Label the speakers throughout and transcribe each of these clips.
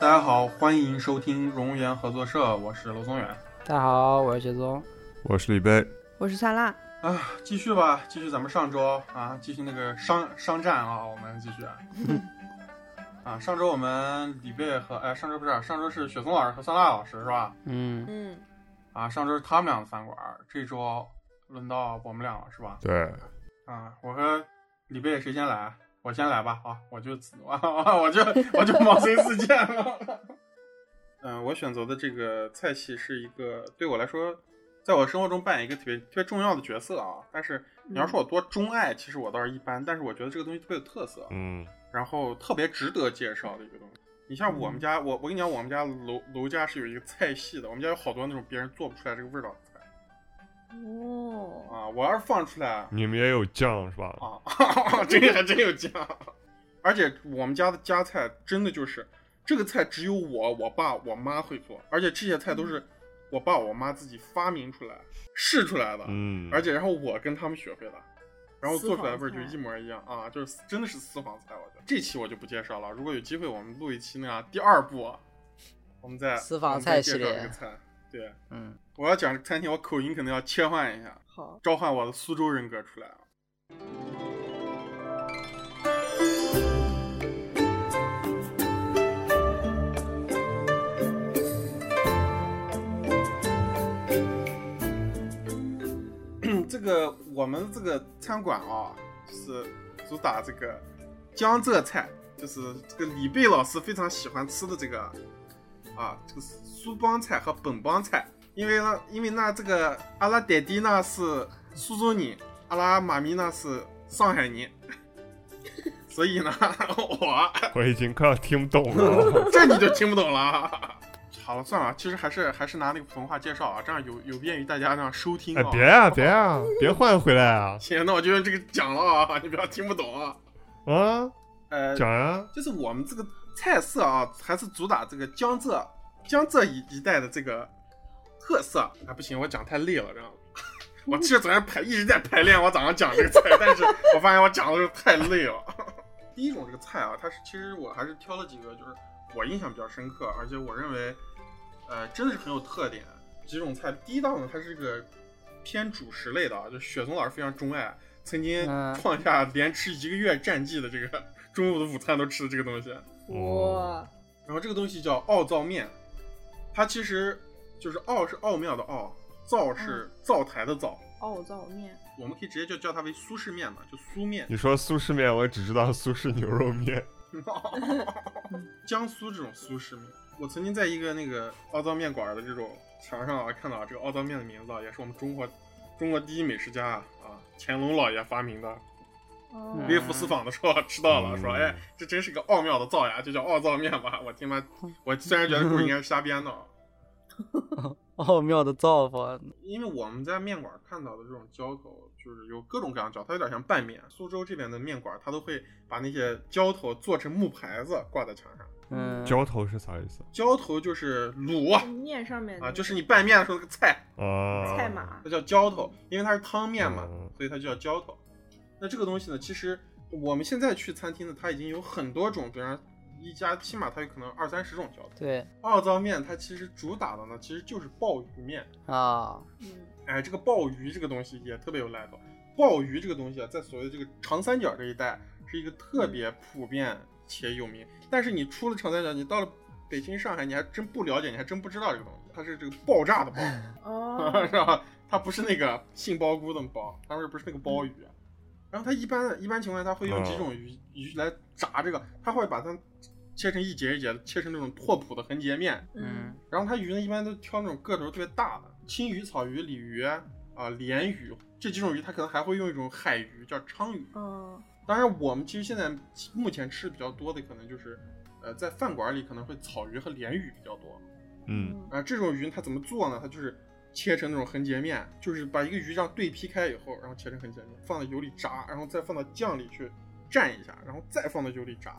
Speaker 1: 家好，欢迎收听荣源合作社，我是娄宗远。
Speaker 2: 大家好，我是杰宗。
Speaker 3: 我是李贝，
Speaker 4: 我是酸辣，
Speaker 1: 啊，继续吧，继续咱们上周啊，继续那个商商战啊，我们继续。啊，上周我们李贝和哎，上周不是，上周是雪松老师和酸辣老师是吧？
Speaker 2: 嗯，
Speaker 4: 嗯，
Speaker 1: 啊，上周是他们俩的饭馆，这周轮到我们俩了是吧？
Speaker 3: 对，
Speaker 1: 啊，我和李贝谁先来？啊我先来吧，好，我就 我我就我就毛遂自荐了。 嗯、我选择的这个菜系是一个对我来说，在我生活中扮演一个特别特别重要的角色啊。但是你要说我多钟爱，其实我倒是一般，但是我觉得这个东西特别有特色，
Speaker 3: 嗯，
Speaker 1: 然后特别值得介绍的一个东西。你像我们家，我我跟你讲，我们家楼楼家是有一个菜系的，我们家有好多那种别人做不出来这个味道的菜
Speaker 4: 哦，
Speaker 1: 啊。我要是放出来，
Speaker 3: 你们也有酱是吧？
Speaker 1: 啊，这个还真有酱。而且我们家的家菜真的就是这个菜只有我、我爸、我妈会做，而且这些菜都是我爸、我妈自己发明出来、试出来的，
Speaker 3: 嗯，
Speaker 1: 而且然后我跟他们学会的，然后做出来的味儿
Speaker 4: 私
Speaker 1: 就
Speaker 4: 房菜
Speaker 1: 一模一样啊，就是真的是私房菜。我觉得这期我就不介绍了，如果有机会我们录一期那样第二部，啊我们再
Speaker 2: 私房
Speaker 1: 我们再
Speaker 2: 菜
Speaker 1: 介
Speaker 2: 系
Speaker 1: 绍
Speaker 2: 列
Speaker 1: 这个菜。对，
Speaker 2: 嗯，
Speaker 1: 我要讲这个餐厅，我口音可能要切换一下。
Speaker 4: 好，
Speaker 1: 召唤我的苏州人格出来啊！ 这个我们这个餐馆啊，就是主打这个江浙菜，就是这个李贝老师非常喜欢吃的这个啊，这个苏帮菜和本帮菜。因为呢，因为呢，这个阿拉爹地呢是苏州人，阿拉妈咪呢是上海人， 所以呢， 我
Speaker 3: 我已经快要听不懂了。
Speaker 1: 这你就听不懂了。好了，算了，其实还是还是拿那个普通话介绍啊，这样有有便于大家这样收听
Speaker 3: 哎
Speaker 1: 啊。，
Speaker 3: 别啊，别啊，别换回来啊！
Speaker 1: 行，那我就用这个讲了啊， 你不要听不懂啊。
Speaker 3: 啊，
Speaker 1: 呃，
Speaker 3: 讲啊，
Speaker 1: 就是我们这个菜色啊，还是主打这个江浙江浙一一带的这个特色啊。不行，我讲太累了，这样。我其实昨天排一直在排练，我早上讲这个菜，但是我发现我讲的时候太累了。 第一种这个菜啊，它是其实我还是挑了几个，就是我印象比较深刻，而且我认为，呃，真的是很有特点。几种菜，第一道呢，它是个偏主食类的啊，就是雪松老师非常钟爱，曾经
Speaker 2: 嗯
Speaker 1: 创下连吃一个月战绩的这个 中午的午餐都吃的这个东西。
Speaker 3: 哦
Speaker 4: 哇，
Speaker 1: 然后这个东西叫奥灶面，它其实就是奥是奥妙的奥，灶是灶台的灶，
Speaker 4: 奥灶面，
Speaker 1: 我们可以直接就叫它为苏式面嘛，就苏面。
Speaker 3: 你说苏式面，我只知道苏式牛肉面。
Speaker 1: 江苏这种苏式面，我曾经在一个那个奥灶面馆的这种墙上啊，看到这个奥灶面的名字啊，也是我们中国中国第一美食家啊啊乾隆老爷发明的。啊
Speaker 4: 哦
Speaker 2: 嗯
Speaker 1: 微服私访的时候吃到了，
Speaker 3: 嗯
Speaker 1: 说哎，这真是个奥妙的灶呀，就叫奥灶面吧。我他妈，我虽然觉得不应该是瞎编的，啊，
Speaker 2: 奥哦妙的造法，
Speaker 1: 因为我们在面馆看到的这种浇头，就是有各种各样的浇，它有点像拌面。苏州这边的面馆，它都会把那些浇头做成木牌子挂在墙上。
Speaker 2: 嗯，
Speaker 3: 浇头是啥意思
Speaker 1: 浇头就是卤
Speaker 4: 面哦上面
Speaker 1: 啊，就是你拌面的时候那个菜，
Speaker 3: 啊？
Speaker 4: 菜码
Speaker 1: 它，叫浇头，因为它是汤面嘛
Speaker 3: 嗯，
Speaker 1: 所以它就叫浇头。那这个东西呢，其实我们现在去餐厅呢，它已经有很多种，比方说一家起码它有可能二三十种浇头。
Speaker 2: 对
Speaker 1: 奥灶面它其实主打的呢，其实就是鲍鱼面。
Speaker 2: 啊，
Speaker 4: 嗯
Speaker 1: 哎，这个鲍鱼这个东西也特别有来头。鲍鱼这个东西啊，在所谓的这个长三角这一带是一个特别普遍且有名。但是你出了长三角，你到了北京、上海，你还真不了解，你还真不知道这个东西。它是这个爆炸的爆，
Speaker 4: 哦，
Speaker 1: 是吧？它不是那个杏鲍菇的鲍，它不是不是那个鲍鱼。然后它一般一般情况下，它会用几种鱼鱼来炸这个，它会把它切成一节一节的，切成那种拓扑的横截面，
Speaker 2: 嗯
Speaker 4: 嗯，
Speaker 1: 然后它鱼呢，一般都挑那种个头特别大的，青鱼、草鱼、鲤鱼啊、鲢鱼这几种鱼，它可能还会用一种海鱼叫鲳鱼。
Speaker 4: 嗯
Speaker 1: 当然，我们其实现在目前吃的比较多的，可能就是，呃，在饭馆里可能会草鱼和鲢鱼比较多。
Speaker 3: 嗯，
Speaker 1: 啊、这种鱼它怎么做呢？它就是切成那种横截面，就是把一个鱼这样对劈开以后，然后切成横截面，放到油里炸，然后再放到酱里去蘸一下，然后再放到油里炸。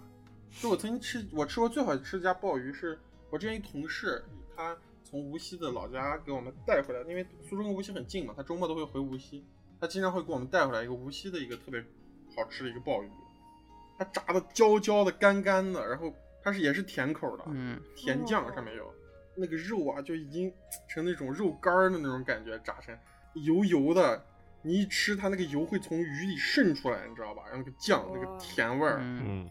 Speaker 1: 就我曾经吃，我吃过最好吃的家鲍鱼是我之前一同事，他从无锡的老家给我们带回来，因为苏州跟无锡很近嘛，他周末都会回无锡，他经常会给我们带回来一个无锡的一个特别好吃的一个鲍鱼，它炸的焦焦的、干干的，然后它是也是甜口的，
Speaker 2: 嗯，
Speaker 1: 甜
Speaker 4: 哦
Speaker 1: 酱上面有那个肉啊，就已经成那种肉干儿的那种感觉，炸成油油的。你一吃它那个油会从鱼里渗出来，你知道吧？然后那个酱那个
Speaker 4: 哇
Speaker 1: 甜味儿，
Speaker 2: 嗯
Speaker 3: 嗯，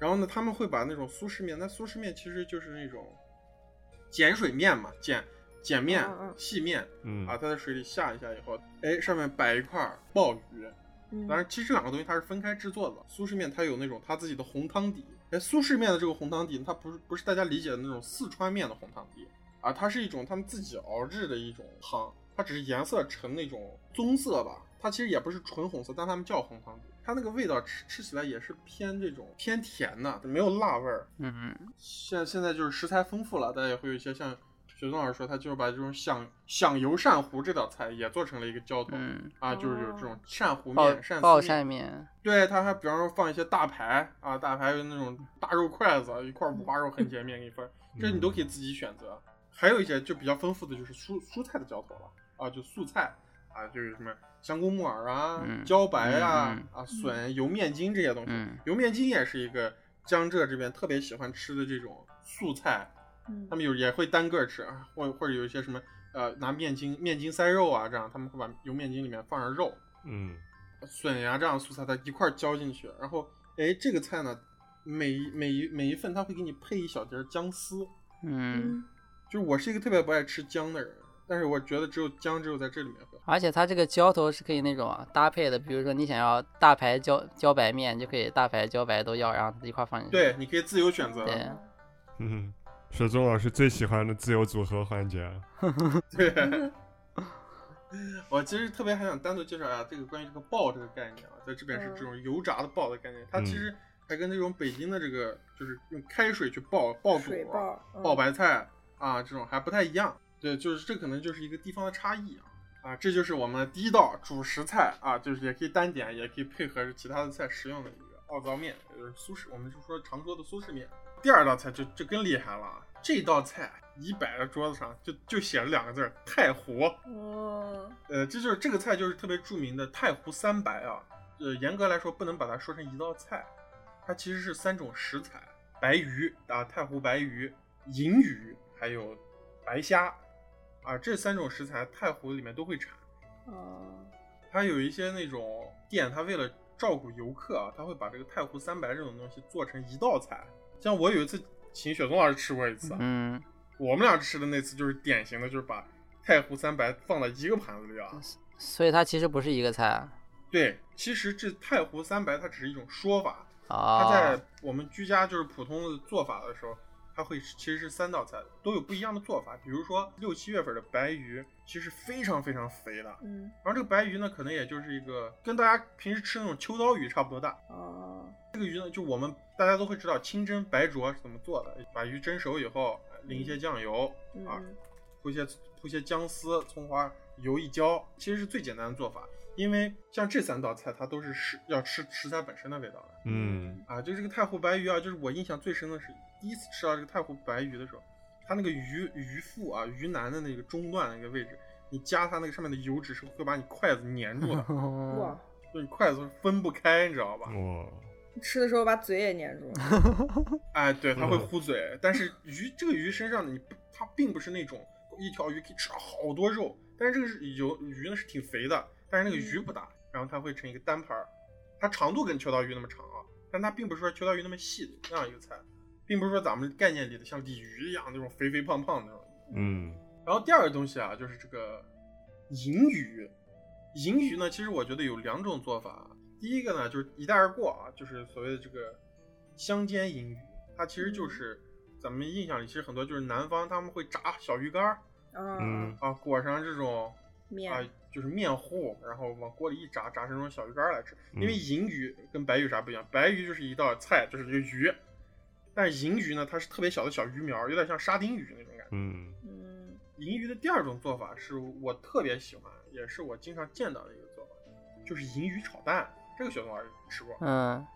Speaker 1: 然后呢，他们会把那种苏式面，那苏式面其实就是那种碱水面嘛，碱碱面、
Speaker 4: 嗯嗯
Speaker 1: 细面
Speaker 3: 嗯
Speaker 1: 啊，它在水里下一下以后，哎，上面摆一块儿鲍鱼。
Speaker 4: 嗯
Speaker 1: 当然，其实这两个东西它是分开制作的。苏式面它有那种它自己的红汤底，哎，苏式面的这个红汤底，它不是不是大家理解的那种四川面的红汤底啊，它是一种他们自己熬制的一种汤，它只是颜色呈那种棕色吧，它其实也不是纯红色，但他们叫红汤底。它那个味道吃吃起来也是偏这种偏甜的，没有辣味儿。
Speaker 2: 嗯
Speaker 1: 现现在就是食材丰富了，大家也会有一些像雪松老师说，他就是把这种响响油鳝糊这道菜也做成了一个浇头、
Speaker 2: 嗯，
Speaker 1: 啊，就是有这种鳝糊
Speaker 2: 爆
Speaker 1: 面、鳝
Speaker 2: 爆
Speaker 1: 丝面
Speaker 2: 扇面，
Speaker 1: 对，他还比方说放一些大排啊，大排有那种大肉筷子，一块五花肉横截面给你分，这你都
Speaker 2: 嗯
Speaker 1: 可以自己选择。还有一些就比较丰富的就是蔬蔬菜的浇头了啊，就素菜啊，就是什么香菇木耳啊、
Speaker 2: 嗯
Speaker 1: 茭白啊、
Speaker 2: 嗯
Speaker 1: 啊笋、油面筋这些东西。
Speaker 2: 嗯
Speaker 1: 油面筋也是一个江浙这边特别喜欢吃的这种素菜，
Speaker 4: 嗯
Speaker 1: 他们有也会单个儿吃，啊，或或者有一些什么呃拿面筋面筋塞肉啊，这样他们会把油面筋里面放上肉。
Speaker 3: 嗯
Speaker 1: 笋呀这样的素菜，它一块儿浇进去。然后，哎，这个菜呢，每一每一每一份它会给你配一小碟儿姜丝。
Speaker 2: 嗯，
Speaker 4: 嗯
Speaker 1: 就是我是一个特别不爱吃姜的人，但是我觉得只有姜只有在这里面会。
Speaker 2: 而且它这个浇头是可以那种啊搭配的，比如说你想要大排浇浇白面，就可以大排浇白都要，然后一块儿放进去。
Speaker 1: 对，，你可以自由选择。
Speaker 2: 对
Speaker 3: 嗯，雪中老师最喜欢的自由组合环节，啊
Speaker 1: 对。我其实特别还想单独介绍一下这个关于这个爆这个概念啊，在这边是
Speaker 4: 嗯
Speaker 1: 这种油炸的爆的概念，它其实还跟那种北京的这个就是用开水去爆爆肚、啊
Speaker 4: 水爆嗯
Speaker 1: 爆，白菜啊，这种还不太一样。对，就是这可能就是一个地方的差异啊。啊，这就是我们的第一道主食菜啊，就是也可以单点，也可以配合着其他的菜食用的一个奥糟面，也就是苏式，我们就说常说的苏式面。第二道菜就就更厉害了，啊，这道菜一摆在桌子上，就就写了两个字儿太湖。
Speaker 4: 嗯
Speaker 1: 呃，这就是这个菜就是特别著名的太湖三白啊。呃，严格来说不能把它说成一道菜，它其实是三种食材：白鱼啊，太湖白鱼、银鱼，还有白虾啊。这三种食材太湖里面都会产。
Speaker 4: 哦哦，
Speaker 1: 它有一些那种店，它为了照顾游客啊，它会把这个太湖三白这种东西做成一道菜。像我有一次请雪松老师吃过一次啊，
Speaker 2: 嗯，
Speaker 1: 我们俩吃的那次就是典型的，就是把太湖三白放到一个盘子里啊。
Speaker 2: 所以它其实不是一个菜啊。
Speaker 1: 对，其实这太湖三白它只是一种说法，它
Speaker 2: 哦
Speaker 1: 在我们居家就是普通的做法的时候，它会是其实是三道菜都有不一样的做法。比如说六七月份的白鱼，其实非常非常肥的，
Speaker 4: 嗯
Speaker 1: 然后这个白鱼呢，可能也就是一个跟大家平时吃那种秋刀鱼差不多大。
Speaker 4: 哦，
Speaker 1: 这个鱼呢，就我们大家都会知道清蒸白灼是怎么做的，把鱼蒸熟以后淋一些酱油啊，
Speaker 4: 嗯
Speaker 1: 铺一些铺一些姜丝、葱花、油一浇，其实是最简单的做法。因为像这三道菜，它都是食要吃食材本身的味道的
Speaker 3: 嗯
Speaker 1: 啊。就这个太湖白鱼啊，就是我印象最深的是第一次吃到这个太湖白鱼的时候，它那个鱼鱼腹啊、鱼腩的那个中段那个位置，你夹它那个上面的油脂是会把你筷子粘 住的，
Speaker 4: 哇，
Speaker 1: 就你筷子是分不开，你知道吧？
Speaker 3: 哇，
Speaker 4: 吃的时候把嘴也粘住了，
Speaker 1: 哎，对，它会
Speaker 3: 嗯
Speaker 1: 糊嘴，但是鱼这个鱼身上呢，你不它并不是那种一条鱼可以吃好多肉，但是这个是有鱼呢是挺肥的，但是那个鱼不大，然后它会成一个单盘儿，它长度跟秋刀鱼那么长啊，但它并不是说秋刀鱼那么细的那样一个菜，并不是说咱们概念里的像鲤鱼一样那种肥肥胖胖的那种。
Speaker 3: 嗯
Speaker 1: 然后第二个东西啊，就是这个银鱼。银鱼呢，其实我觉得有两种做法。啊第一个呢，就是一带而过啊，就是所谓的这个香煎银鱼，它其实就是咱们印象里，其实很多就是南方他们会炸小鱼干儿
Speaker 4: 嗯
Speaker 3: 嗯，
Speaker 1: 啊，裹上这种啊
Speaker 4: 面，
Speaker 1: 就是面糊，然后往锅里一炸，炸成这种小鱼干儿来吃。
Speaker 3: 嗯
Speaker 1: 因为银鱼跟白鱼啥不一样，白鱼就是一道菜，就是一个鱼，但是银鱼呢，它是特别小的小鱼苗儿，有点像沙丁鱼那种感觉。
Speaker 3: 嗯
Speaker 4: 嗯
Speaker 1: 银鱼的第二种做法是我特别喜欢，也是我经常见到的一个做法，就是银鱼炒蛋。这个小东老师吃过啊、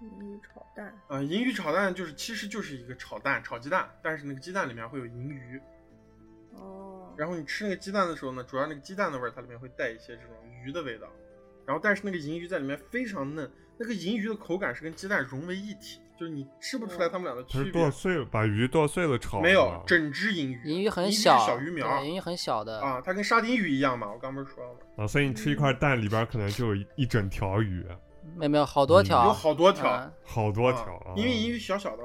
Speaker 2: 嗯
Speaker 4: 鱼炒蛋，
Speaker 1: 呃银鱼炒蛋就是其实就是一个炒蛋，炒鸡蛋，但是那个鸡蛋里面会有银鱼。
Speaker 4: 哦，
Speaker 1: 然后你吃那个鸡蛋的时候呢，主要那个鸡蛋的味儿，它里面会带一些这种鱼的味道。然后但是那个银鱼在里面非常嫩，那个银鱼的口感是跟鸡蛋融为一体的，就是你吃不出来它们俩的
Speaker 3: 它
Speaker 1: 区
Speaker 3: 是剁
Speaker 1: 别。
Speaker 3: 碎了，把鱼剁碎了炒的
Speaker 1: 没有
Speaker 3: 吗，
Speaker 1: 整只银鱼，
Speaker 2: 银鱼很
Speaker 1: 银鱼是
Speaker 2: 小，
Speaker 1: 小鱼苗
Speaker 2: 对银鱼很小的，
Speaker 1: 啊，它跟沙丁鱼一样嘛，我刚不是说了吗？
Speaker 3: 啊，所以你吃一
Speaker 4: 嗯
Speaker 3: 块蛋里边可能就有一一整条鱼，
Speaker 2: 没有没有好多
Speaker 3: 嗯
Speaker 2: 条，
Speaker 1: 有好多条，
Speaker 2: 嗯
Speaker 3: 好多条
Speaker 1: 啊
Speaker 3: 啊，
Speaker 1: 因为银鱼小小的，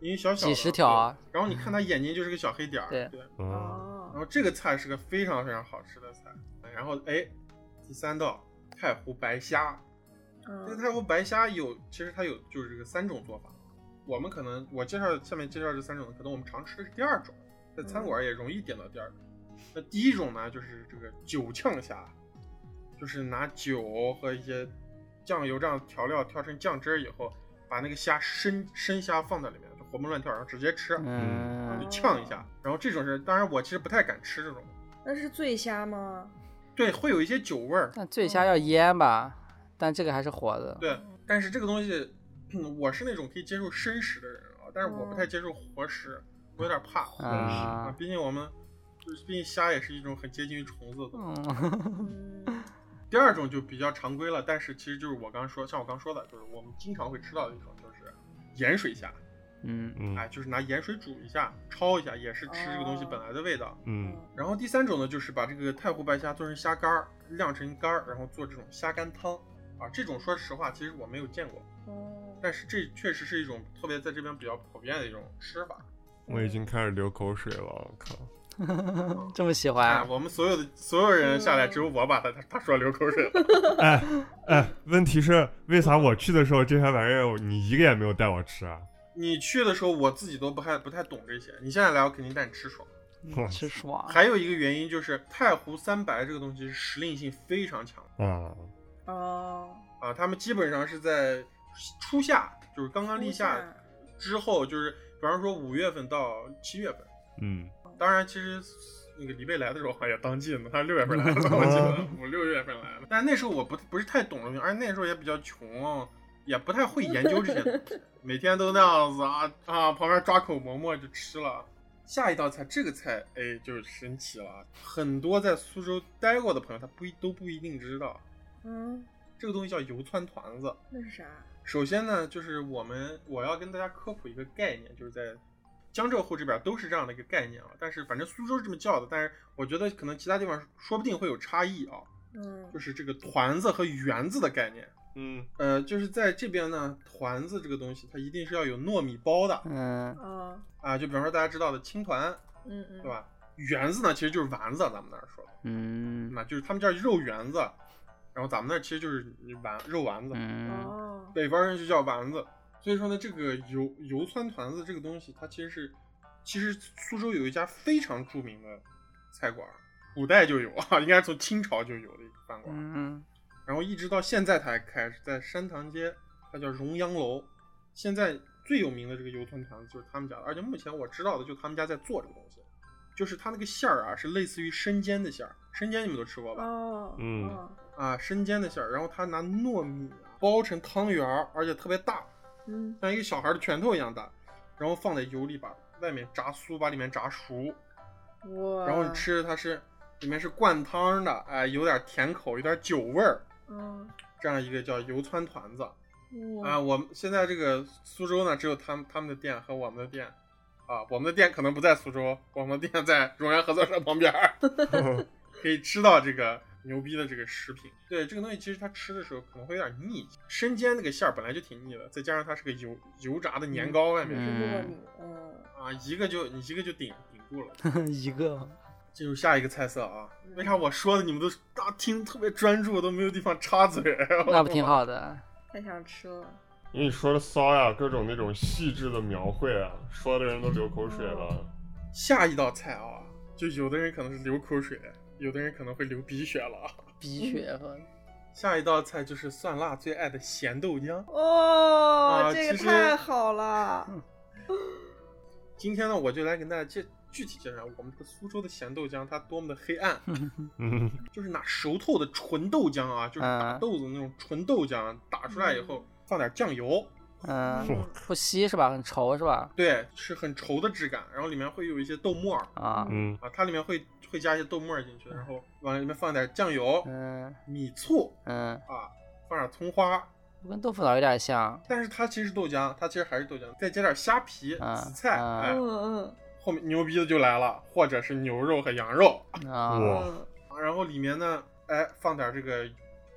Speaker 1: 银鱼小小的，
Speaker 2: 几十条啊
Speaker 1: 对。然后你看它眼睛就是个小黑点儿，
Speaker 2: 对
Speaker 3: 嗯，
Speaker 4: 哦
Speaker 1: 然后这个菜是个非常非常好吃的菜。然后哎，第三道太湖白虾，这个
Speaker 4: 嗯
Speaker 1: 太湖白虾有，其实它有就是这个三种做法。我们可能我介绍下面介绍这三种，可能我们常吃的是第二种，在餐馆也容易点到第二种。那第一种呢，就是这个酒呛虾，就是拿酒和一些酱油这样调料调成酱汁儿以后，把那个虾生生虾放在里面，就活蹦乱跳，然后直接吃，就
Speaker 2: 嗯，
Speaker 1: 呛一下。然后这种是，当然我其实不太敢吃这种，
Speaker 4: 那是醉虾吗？
Speaker 1: 对，会有一些酒味儿，
Speaker 2: 但醉虾要腌吧，但这个还是活的，
Speaker 1: 对，但是这个东西，嗯我是那种可以接受生食的人啊，但是我不太接受活食，我有点怕
Speaker 2: 啊，
Speaker 1: 毕竟我们，就是毕竟虾也是一种很接近于虫子的东西。
Speaker 2: 嗯，
Speaker 4: 嗯
Speaker 1: 第二种就比较常规了，但是其实就是我刚说，像我刚说的，就是我们经常会吃到的一种，就是盐水虾，
Speaker 2: 嗯，
Speaker 3: 嗯
Speaker 1: 哎，就是拿盐水煮一下，焯一下，也是吃这个东西本来的味道。
Speaker 3: 嗯
Speaker 1: 然后第三种呢，就是把这个太湖白虾做成虾干儿，晾成干儿，然后做这种虾干汤啊。这种说实话，其实我没有见过，
Speaker 4: 哦
Speaker 1: 但是这确实是一种特别在这边比较普遍的一种吃法。
Speaker 3: 我已经开始流口水了，我靠，
Speaker 4: 嗯
Speaker 2: 这么喜
Speaker 1: 哎，
Speaker 2: 欢，
Speaker 1: 我们所有的所有人下
Speaker 4: 嗯
Speaker 1: 来，只有我把他他他说流口水了。
Speaker 3: 哎哎，问题是为啥我去的时候这些玩意儿你一个也没有带我吃啊？
Speaker 1: 你去的时候，我自己都不太不太懂这些。你现在来，我肯定带你吃爽。
Speaker 4: 嗯
Speaker 3: 我
Speaker 2: 吃爽，
Speaker 1: 还有一个原因就是太湖三白这个东西时令性非常强
Speaker 3: 啊，
Speaker 4: 哦，
Speaker 1: 啊，他们基本上是在初夏，就是刚刚立夏
Speaker 4: 初夏
Speaker 1: 之后，就是比方说五月份到七月份。
Speaker 3: 嗯，
Speaker 1: 当然，其实那个李贝来的时候好像也当季呢，他是六月份来的，我记得五六月份来的。但是那时候我不不是太懂这个，而且那时候也比较穷，也不太会研究这些东西， 每天都那样子啊啊，旁边抓口馍馍就吃了。下一道菜，这个菜哎就神奇了啊，很多在苏州待过的朋友他不一都不一定知道，
Speaker 4: 嗯，
Speaker 1: 这个东西叫油汆团子。
Speaker 4: 那是啥？
Speaker 1: 首先呢，就是我们我要跟大家科普一个概念，就是在江浙沪这边都是这样的一个概念啊，但是反正苏州是这么叫的，但是我觉得可能其他地方说不定会有差异啊，
Speaker 4: 嗯
Speaker 1: 就是这个团子和圆子的概念。
Speaker 3: 嗯
Speaker 1: 呃，就是在这边呢，团子这个东西它一定是要有糯米包的
Speaker 2: 嗯，
Speaker 4: 哦，
Speaker 1: 啊，就比方说大家知道的青团，
Speaker 4: 嗯嗯，
Speaker 1: 对？吧？圆子呢其实就是丸子，咱们那儿说的，
Speaker 2: 嗯，
Speaker 1: 那就是他们叫肉圆子，然后咱们那儿其实就是丸肉丸子。
Speaker 2: 嗯，
Speaker 4: 哦，
Speaker 1: 北方人就叫丸子。所以说呢，这个油油汆团子这个东西，它其实是，其实苏州有一家非常著名的菜馆，古代就有啊，应该是从清朝就有的一个饭馆，
Speaker 2: 嗯，
Speaker 1: 然后一直到现在它还开，是在山塘街，它叫荣阳楼。现在最有名的这个油汆团子就是他们家的，而且目前我知道的就他们家在做这个东西，就是它那个馅儿啊，是类似于生煎的馅儿，生煎你们都吃过吧？
Speaker 4: 哦，
Speaker 3: 嗯
Speaker 4: 哦，
Speaker 1: 啊，生煎的馅儿，然后他拿糯米啊包成汤圆儿，而且特别大，
Speaker 4: 嗯，
Speaker 1: 像一个小孩的拳头一样大，然后放在油里把外面炸酥，把里面炸熟，
Speaker 4: 哇，
Speaker 1: 然后你，吃它是里面是灌汤的，哎，有点甜口，有点酒味儿，
Speaker 4: 嗯，
Speaker 1: 这样一个叫油汆团子啊。
Speaker 4: 哇，
Speaker 1: 我们现在这个苏州呢，只有他们他们的店和我们的店。啊，我们的店可能不在苏州，我们的店在荣源合作社旁边儿， 可以吃到这个牛逼的这个食品。对这个东西，其实它吃的时候可能会有点腻，生煎那个馅儿本来就挺腻的，再加上它是个油油炸的年糕，外面是
Speaker 4: 是糯
Speaker 2: 嗯
Speaker 4: 米，嗯，
Speaker 1: 啊，一个就你一个就顶顶住了。
Speaker 2: 嗯 一个，
Speaker 1: 进入下一个菜色啊，为啥我说的你们都大听特别专注，都没有地方插嘴？啊
Speaker 2: 那不挺好的，
Speaker 4: 太想吃了，
Speaker 3: 因为你说的骚呀，各种那种细致的描绘啊，说的人都流口水
Speaker 4: 哦
Speaker 3: 了。
Speaker 1: 下一道菜啊，就有的人可能是流口水，有的人可能会流鼻血了啊。
Speaker 2: 鼻血和
Speaker 1: 下一道菜就是蒜辣最爱的咸豆浆。
Speaker 4: 哦
Speaker 1: 啊，其
Speaker 4: 这个
Speaker 1: 实
Speaker 4: 太好了，
Speaker 1: 今天呢，我就来给大家介具体介绍我们这个苏州的咸豆浆它多么的黑暗，
Speaker 3: 嗯
Speaker 1: 就是拿熟透的纯豆浆啊，就是打
Speaker 2: 嗯
Speaker 1: 豆子那种纯豆浆打出来以后，放点酱油，
Speaker 2: 嗯，
Speaker 4: 嗯
Speaker 2: 不稀是吧？很稠是吧？
Speaker 1: 对，是很稠的质感，然后里面会有一些豆沫儿。
Speaker 2: 啊，
Speaker 3: 嗯
Speaker 1: 啊，它里面会会加一些豆沫儿进去，然后往里面放点酱油、
Speaker 2: 嗯
Speaker 1: 米醋
Speaker 2: 嗯
Speaker 1: 啊，放点葱花，
Speaker 2: 我跟豆腐脑有点像，
Speaker 1: 但是它其实是豆浆，它其实还是豆浆，再加点虾皮、
Speaker 2: 嗯
Speaker 1: 紫菜，
Speaker 2: 嗯
Speaker 1: 哎，
Speaker 4: 嗯
Speaker 1: 后面牛逼的就来了，或者是牛肉和羊肉，
Speaker 2: 啊
Speaker 3: 哇
Speaker 4: 嗯
Speaker 1: 然后里面呢，哎，放点这个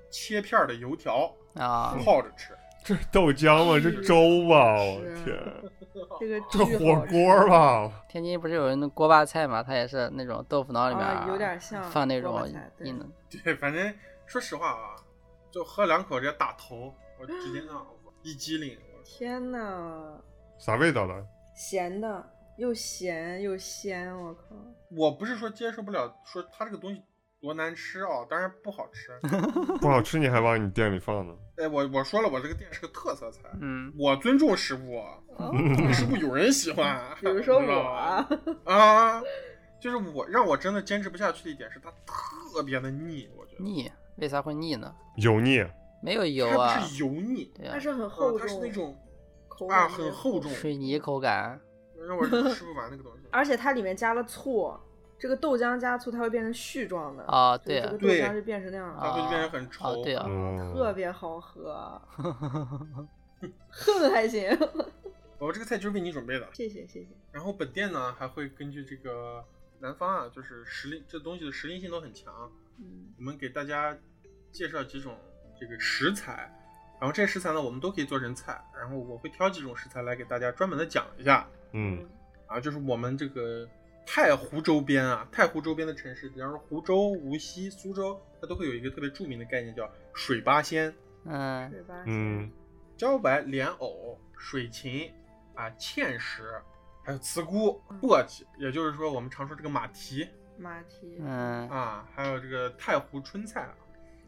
Speaker 1: 切片儿的油条，
Speaker 2: 啊，
Speaker 1: 泡着吃。
Speaker 3: 这是豆浆吗？这粥吧，我
Speaker 4: 是啊
Speaker 3: 天，
Speaker 4: 这个
Speaker 3: 这
Speaker 4: 巨
Speaker 3: 火
Speaker 4: 好吃
Speaker 3: 锅吧，
Speaker 2: 天津不是有人的锅巴菜嘛，它也是那种豆腐脑里面、
Speaker 4: 啊有点像
Speaker 2: 放那
Speaker 4: 锅巴
Speaker 2: 种
Speaker 4: 菜对
Speaker 2: 印的，
Speaker 1: 对，反正说实话啊，就喝两口直接打头，我直接那样子一激灵，我
Speaker 4: 天呐，
Speaker 3: 啥味道的？
Speaker 4: 咸的又咸又鲜，我靠！
Speaker 1: 我不是说接受不了，说它这个东西多难吃啊，当然不好吃。
Speaker 3: 不好吃你还往你店里放呢？
Speaker 1: 哎，我我说了，我这个店是个特色菜，
Speaker 2: 嗯，
Speaker 1: 我尊重食物，啊，
Speaker 4: 哦
Speaker 1: 食物有人喜 欢，啊
Speaker 4: 比如说
Speaker 1: 你知道吧
Speaker 4: 我，
Speaker 1: 啊，就是我让我真的坚持不下去的一点是它特别的腻，我觉得
Speaker 2: 腻，为啥会腻呢？
Speaker 3: 油腻，
Speaker 2: 没有油
Speaker 1: 它
Speaker 2: 啊
Speaker 1: 不，是油腻，
Speaker 2: 对啊
Speaker 4: 它，是很
Speaker 1: 啊
Speaker 4: 厚重，
Speaker 1: 它是那种
Speaker 4: 口
Speaker 1: 啊
Speaker 4: 感
Speaker 1: 很厚重，
Speaker 2: 水泥口感，
Speaker 1: 让我是吃不完那个东 西。
Speaker 4: 而且它里面加了醋，这个豆浆加醋，它会变成絮状的
Speaker 2: 啊
Speaker 4: 所以
Speaker 2: 对
Speaker 4: 这个豆
Speaker 1: 对
Speaker 4: 浆就变成那样
Speaker 1: 它
Speaker 4: 了，
Speaker 1: 会变得很
Speaker 2: 啊
Speaker 1: 稠，
Speaker 2: 对啊
Speaker 4: 特
Speaker 3: 嗯，
Speaker 4: 别好喝，哼还行，
Speaker 1: 我这个菜就是为你准备的。
Speaker 4: 谢谢谢谢，
Speaker 1: 然后本店呢还会根据这个南方啊，就是时令这东西的时令性都很强，
Speaker 4: 嗯
Speaker 1: 我们给大家介绍几种这个食材，然后这些食材呢我们都可以做成菜，然后我会挑几种食材来给大家专门的讲一下
Speaker 3: 嗯，
Speaker 1: 啊，就是我们这个太湖周边啊，太湖周边的城市，比方说湖州、无锡、苏州，它都会有一个特别著名的概念叫水八仙，
Speaker 2: 嗯，
Speaker 4: 对吧？
Speaker 3: 嗯，
Speaker 1: 茭白、莲藕、水芹啊、芡实，还有茨菇、簸箕，也就是说我们常说这个马蹄
Speaker 4: 马蹄，
Speaker 2: 嗯，
Speaker 1: 啊，还有这个太湖春菜啊。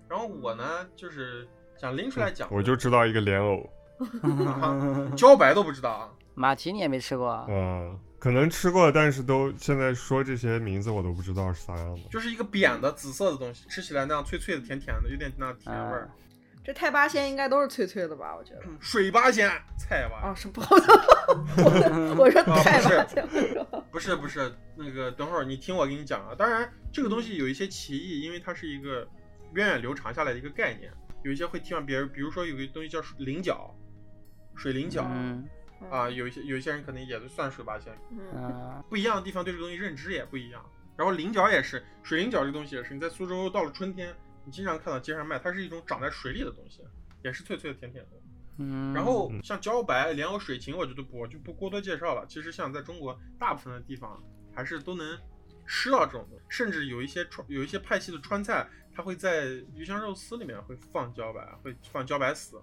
Speaker 1: 然后我呢，就是想拎出来讲，
Speaker 3: 我就知道一个莲藕，
Speaker 1: 茭白都不知道啊。
Speaker 2: 马蹄你也没吃过啊？
Speaker 3: 嗯，可能吃过，但是都现在说这些名字我都不知道是啥样的。
Speaker 1: 就是一个扁的紫色的东西，吃起来那样脆脆的、甜甜的，有点那样甜味儿。
Speaker 4: 这太八仙应该都是脆脆的吧？我觉得。
Speaker 1: 嗯水八仙菜吧
Speaker 4: 啊，？是不好的，我
Speaker 1: 啊
Speaker 4: 说太啊八仙，我说
Speaker 1: 不是不是，那个等会儿你听我给你讲啊。当然，这个东西有一些歧义，因为它是一个源远流长下来的一个概念，有一些会替换别人，比如说有个东西叫水菱角，水菱角、
Speaker 2: 嗯
Speaker 1: 啊，有一些有一些人可能也算水八仙，
Speaker 4: 嗯，
Speaker 2: 嗯
Speaker 1: 不一样的地方对这个东西认知也不一样。然后菱角也是，水菱角这个东西也是，你在苏州到了春天，你经常看到街上卖，它是一种长在水里的东西，也是脆脆的、甜甜的。
Speaker 2: 嗯，
Speaker 1: 然后像茭白、莲藕、水芹，我觉得不我就不过多介绍了。其实像在中国大部分的地方，还是都能吃到这种东西，甚至有一些川有一些派系的川菜，它会在鱼香肉丝里面会放茭白，会放茭白丝。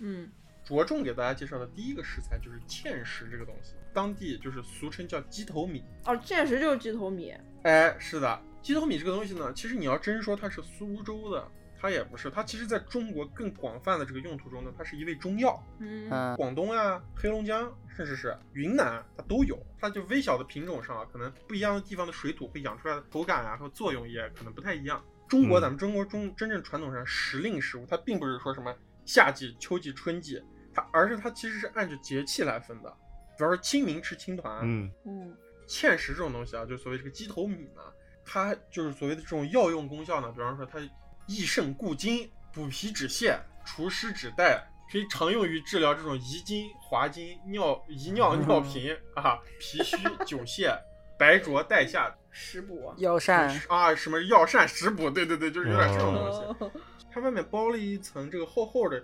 Speaker 4: 嗯，
Speaker 1: 着重给大家介绍的第一个食材就是芡实这个东西，当地就是俗称叫鸡头米。
Speaker 4: 哦，确实就是鸡头米，
Speaker 1: 哎，是的，鸡头米这个东西呢，其实你要真说它是苏州的，它也不是，它其实在中国更广泛的这个用途中呢，它是一味中药。
Speaker 4: 嗯
Speaker 2: 嗯
Speaker 1: 广东呀、黑龙江，甚至是云南，它都有。它就微小的品种上啊，可能不一样的地方的水土会养出来的口感啊和作用也可能不太一样。中国，
Speaker 3: 嗯
Speaker 1: 咱们中国中真正传统上时令食物，它并不是说什么夏季、秋季、春季，它而是它其实是按照节气来分的。比方说清明吃青团，
Speaker 3: 嗯
Speaker 4: 嗯
Speaker 1: 芡实这种东西啊，就所谓这个鸡头米呢，它就是所谓的这种药用功效呢，比方说它益肾固精、补脾止泻、除湿止带，可以常用于治疗这种遗精、滑精、尿遗尿、尿频啊、脾虚、久泻、白浊带下
Speaker 4: 食补，
Speaker 2: 药膳，
Speaker 1: 啊，什么药膳食补，对对对，就是有点这种东西。
Speaker 4: 哦
Speaker 1: 它外面包了一层这个厚厚的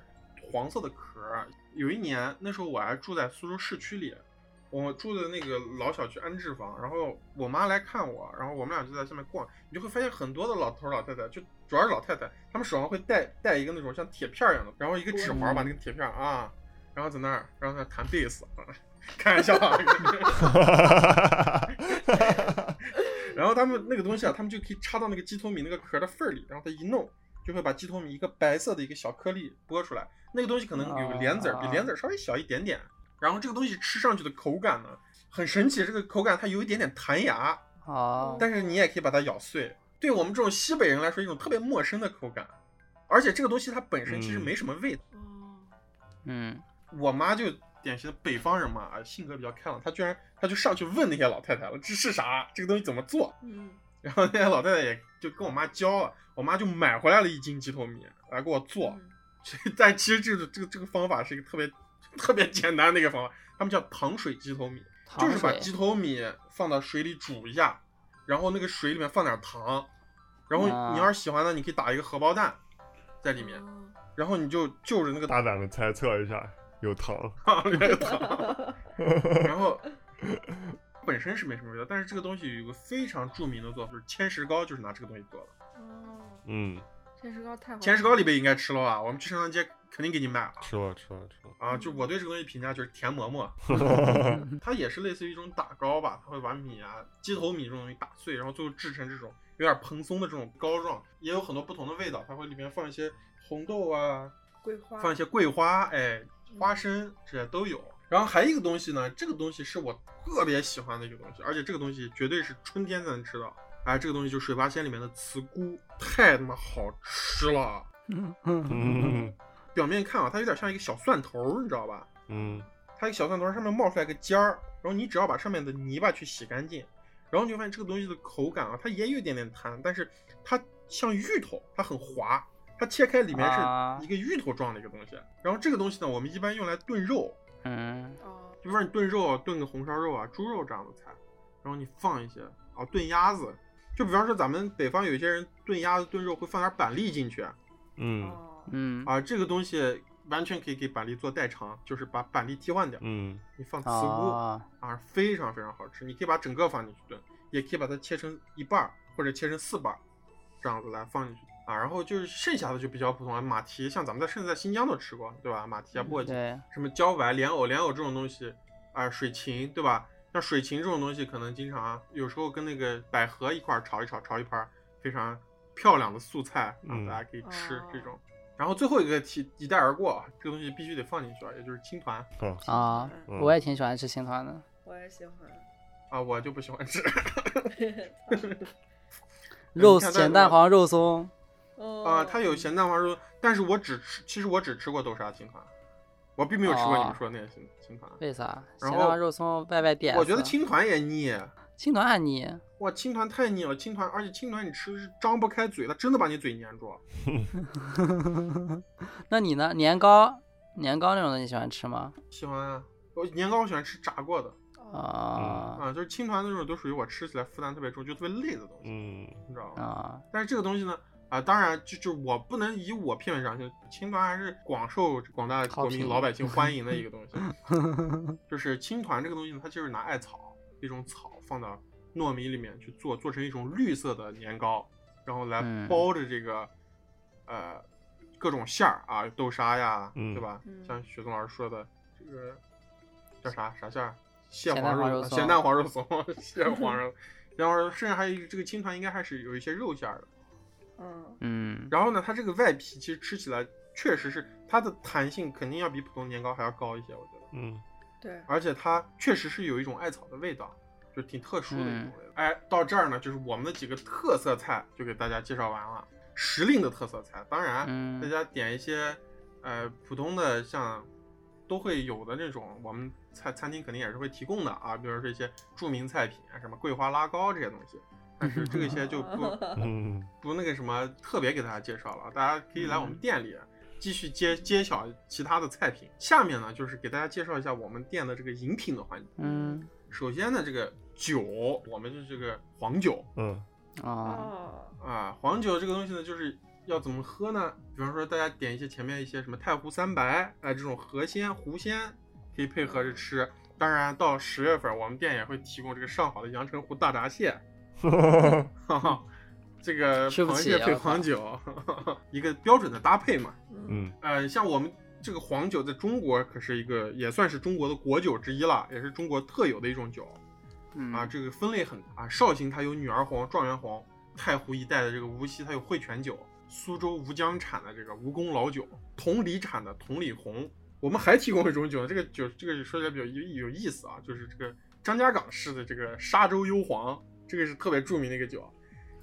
Speaker 1: 黄色的壳儿。啊有一年，那时候我还住在苏州市区里，我住的那个老小区安置房，然后我妈来看我，然后我们俩就在下面逛，你就会发现很多的老头儿老太太，就主要是老太太，他们手上会带带一个那种像铁片儿一样的，然后一个纸环儿把那个铁片儿啊，然后在那儿，然后在那儿弹贝斯， 开玩笑啊。然后他们那个东西啊，他们就可以插到那个鸡头米那个壳的缝儿里，然后它一弄，就会把鸡头米一个白色的一个小颗粒剥出来。那个东西可能有个莲子儿，比莲子儿稍微小一点点。然后这个东西吃上去的口感呢，很神奇，这个口感它有一点点弹牙，
Speaker 2: 哦，
Speaker 1: 但是你也可以把它咬碎。对我们这种西北人来说，一种特别陌生的口感，而且这个东西它本身其实
Speaker 3: 嗯
Speaker 1: 没什么味道。
Speaker 4: 哦
Speaker 2: 嗯，
Speaker 1: 我妈就典型的北方人嘛，啊性格比较开朗，她居然她就上去问那些老太太了，这是啥？这个东西怎么做？
Speaker 4: 嗯
Speaker 1: 然后那些老太太也就跟我妈教了，我妈就买回来了一斤鸡头米来给我做。
Speaker 4: 嗯
Speaker 1: 但 其实这个这个这个方法是一个特别特别简单的一个方法，他们叫糖水鸡头米，
Speaker 2: 糖
Speaker 1: 就是把
Speaker 2: 水
Speaker 1: 鸡头米放到水里煮一下，然后那个水里面放点糖，然后
Speaker 2: 啊嗯
Speaker 1: 你要是喜欢的，你可以打一个荷包蛋在里面，
Speaker 4: 哦
Speaker 1: 然后你就就着那个 打
Speaker 3: 大胆的猜测一下，有糖。
Speaker 1: 糖里面的糖，
Speaker 4: 哦
Speaker 1: 然后本身是没什么味道，但是这个东西有一个非常著名的做法，就是千石膏，就是拿这个东西做的。
Speaker 4: 哦
Speaker 3: 嗯，
Speaker 4: 千石膏太好了，
Speaker 1: 千石膏里边应该吃了吧？我们去上当街肯定给你买了。
Speaker 3: 吃了吃了吃了。
Speaker 1: 啊，就我对这个东西评价就是甜馍馍，它也是类似于一种打糕吧，它会把米啊、鸡头米这种东西打碎，然后最后制成这种有点蓬松的这种膏状，也有很多不同的味道，它会里面放一些红豆啊，
Speaker 4: 桂花，
Speaker 1: 放一些桂花，哎，花生这些都有。然后还有一个东西呢，这个东西是我特别喜欢的一个东西，而且这个东西绝对是春天才能吃到。哎，这个东西就是水八仙里面的茨菇，太他妈好吃了！
Speaker 3: 嗯
Speaker 1: 表面看啊，它有点像一个小蒜头儿，你知道吧？
Speaker 3: 嗯
Speaker 1: 它一个小蒜头儿上面冒出来个尖儿，然后你只要把上面的泥巴去洗干净，然后你就发现这个东西的口感啊，它也有一点点弹，但是它像芋头，它很滑，它切开里面
Speaker 2: 啊
Speaker 1: 是一个芋头状的一个东西。然后这个东西呢，我们一般用来炖肉，
Speaker 2: 嗯，
Speaker 4: 哦，
Speaker 1: 比如说你炖肉啊，炖个红烧肉啊、猪肉这样的菜，然后你放一些啊，炖鸭子。就比方说，咱们北方有些人炖鸭子、炖肉会放点板栗进去，
Speaker 3: 嗯
Speaker 4: 哦
Speaker 2: 嗯，
Speaker 1: 啊，这个东西完全可以给板栗做代偿，就是把板栗替换掉，
Speaker 3: 嗯
Speaker 1: 你放茨菇、
Speaker 2: 啊，
Speaker 1: 啊，非常非常好吃。你可以把整个放进去炖，也可以把它切成一半儿或者切成四瓣儿，这样子来放进去啊。然后就是剩下的就比较普通了，马蹄，像咱们在甚至在新疆都吃过，对吧？马蹄啊、簸箕，
Speaker 2: 对，
Speaker 1: 什么茭白、莲藕、莲藕这种东西啊、水芹，对吧？像水芹这种东西，可能经常啊有时候跟那个百合一块儿炒一炒，炒一盘儿非常漂亮的素菜，让
Speaker 3: 嗯
Speaker 1: 大家可以吃、
Speaker 4: 哦
Speaker 1: 这种。然后最后一个题一带而过，啊这个东西必须得放进去啊，也就是青团
Speaker 2: 啊
Speaker 4: 嗯
Speaker 3: 嗯
Speaker 2: 我也挺喜欢吃青
Speaker 1: 嗯
Speaker 2: 团的。
Speaker 4: 我也喜欢，
Speaker 1: 啊，我就不喜欢吃
Speaker 2: 肉
Speaker 1: 你看
Speaker 2: 咸
Speaker 1: 但
Speaker 2: 蛋
Speaker 1: 我
Speaker 2: 黄肉松，
Speaker 1: 啊、
Speaker 4: 哦，
Speaker 1: 它有咸蛋黄肉，但是我只吃，其实我只吃过豆沙青团，我并没有吃过你们
Speaker 2: 哦
Speaker 1: 说的那些青青团。
Speaker 2: 为啥？
Speaker 1: 然
Speaker 2: 咸
Speaker 1: 后
Speaker 2: 蛋黄肉松外外点。
Speaker 1: 我觉得青团也腻，
Speaker 2: 青团还啊腻，
Speaker 1: 哇，青团太腻了，青团，而且青团你吃是张不开嘴，它真的把你嘴粘住。
Speaker 2: 那你呢？年糕，年糕那种的你喜欢吃吗？
Speaker 1: 喜欢啊，我年糕我喜欢吃炸过的
Speaker 2: 啊
Speaker 1: 啊，就是青团那种都属于我吃起来负担特别重，就特别累的东西，
Speaker 3: 嗯
Speaker 1: 你知道吗？
Speaker 2: 啊，
Speaker 1: 但是这个东西呢，啊，当然就就我不能以我片面上去，青团还是广受广大
Speaker 2: 好
Speaker 1: 国民
Speaker 2: 评
Speaker 1: 老百姓欢迎的一个东西。啊 就是青团这个东西呢，它就是拿艾草一种草放到糯米里面去做，做成一种绿色的年糕，然后来
Speaker 2: 嗯
Speaker 1: 包着这个、呃各种馅儿啊，豆沙呀，
Speaker 3: 嗯
Speaker 1: 对吧？
Speaker 4: 嗯
Speaker 1: 像雪松老师说的，这个叫啥啥馅儿？蟹
Speaker 2: 咸
Speaker 1: 黄
Speaker 2: 蛋黄肉
Speaker 1: 啊
Speaker 2: 松
Speaker 1: 咸蛋黄肉松， 蟹黄肉，然后甚至还有一个这个青团应该还是有一些肉馅儿的。
Speaker 4: 嗯，
Speaker 2: 嗯，
Speaker 1: 然后呢，它这个外皮其实吃起来确实是它的弹性肯定要比普通年糕还要高一些，我觉得。
Speaker 3: 嗯
Speaker 4: 对，
Speaker 1: 而且它确实是有一种艾草的味道，就挺特殊的一种味道。哎，到这儿呢，就是我们的几个特色菜就给大家介绍完了，时令的特色菜，当然、
Speaker 2: 嗯
Speaker 1: 大家点一些呃普通的像都会有的那种，我们餐餐厅肯定也是会提供的啊，比如说一些著名菜品啊，什么桂花拉糕这些东西。但是这些就不
Speaker 3: 嗯
Speaker 1: 不那个什么特别给大家介绍了啊，大家可以来我们店里继续揭揭晓其他的菜品。下面呢，就是给大家介绍一下我们店的这个饮品的环节。
Speaker 2: 嗯
Speaker 1: 首先呢，这个酒，我们是这个黄酒
Speaker 3: 嗯
Speaker 2: 啊，
Speaker 4: 哦，
Speaker 1: 啊，黄酒这个东西呢，就是要怎么喝呢？比方说大家点一些前面一些什么太湖三白啊、哎这种河鲜、湖鲜，可以配合着吃。当然，到十月份我们店也会提供这个上好的阳澄湖大闸蟹，
Speaker 3: 嗯
Speaker 1: 哈哈，这个
Speaker 2: 吃不
Speaker 1: 螃
Speaker 2: 起
Speaker 1: 蟹
Speaker 2: 啊
Speaker 1: 配
Speaker 2: 我靠
Speaker 1: 黄酒，一个标准的搭配嘛。
Speaker 3: 嗯
Speaker 4: 嗯，
Speaker 1: 呃，像我们这个黄酒在中国可是一个也算是中国的国酒之一了，也是中国特有的一种酒
Speaker 2: 嗯
Speaker 1: 啊。这个分类很大，绍兴它有女儿红、状元红，太湖一带的这个无锡它有汇泉酒，苏州吴江产的这个吴宫老酒，同里产的同里红。我们还提供一种酒，这个酒这个说起来比较有有意思啊，就是这个张家港市的这个沙洲幽黄，这个是特别著名的一个酒。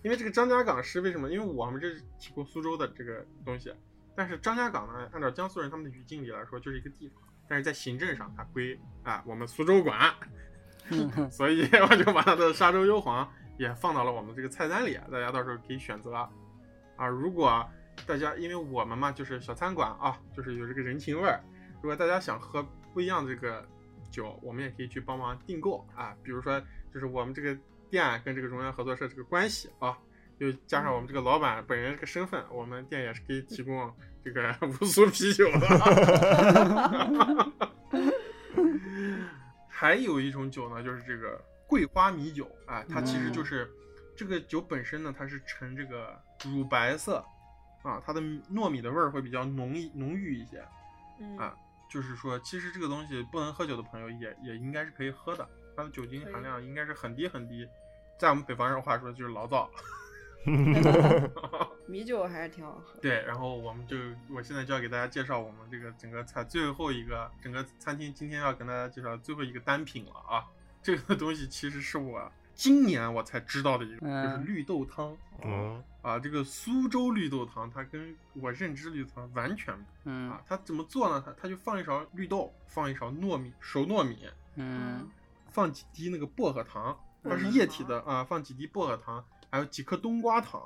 Speaker 1: 因为这个张家港是为什么？因为我们这是提供苏州的这个东西，但是张家港呢，按照江苏人他们的语境里来说，就是一个地方，但是在行政上它归啊我们苏州管，
Speaker 2: 嗯
Speaker 1: 所以我就把它的沙啊洲幽黄也放到了我们这个菜单里，大家到时候可以选择啊。如果大家因为我们嘛就是小餐馆啊，就是有这个人情味儿。如果大家想喝不一样的这个酒，我们也可以去帮忙订购啊。比如说，就是我们这个店啊跟这个荣源合作社这个关系啊，又加上我们这个老板本人这个身份，我们店也是可以提供这个 无苏啤酒的。 还有一种酒呢，就是这个桂花米酒啊，它其实就是、这个酒本身呢，它是呈这个乳白色啊，它的糯米的味儿会比较浓一浓郁一些。
Speaker 4: 嗯
Speaker 1: 啊就是说，其实这个东西不能喝酒的朋友也也应该是可以喝的，它的酒精含量应该是很低很低，在我们北方人话说就是醪糟。
Speaker 4: 米酒还是挺好喝。
Speaker 1: 对，然后我们就我现在就要给大家介绍我们这个整个餐最后一个整个餐厅今天要跟大家介绍最后一个单品了啊，这个东西其实是我今年我才知道的一个，就是
Speaker 2: 嗯
Speaker 1: 绿豆汤
Speaker 3: 嗯，
Speaker 1: 啊，这个苏州绿豆汤它跟我认知绿豆汤完全不一样
Speaker 2: 嗯
Speaker 1: 啊，它怎么做呢？它它就放一勺绿豆，放一勺糯米熟糯米，
Speaker 2: 嗯，
Speaker 1: 放几滴那个薄荷糖，
Speaker 4: 薄
Speaker 1: 它
Speaker 4: 荷
Speaker 1: 是液体的啊，放几滴薄荷糖，还有几颗冬瓜糖，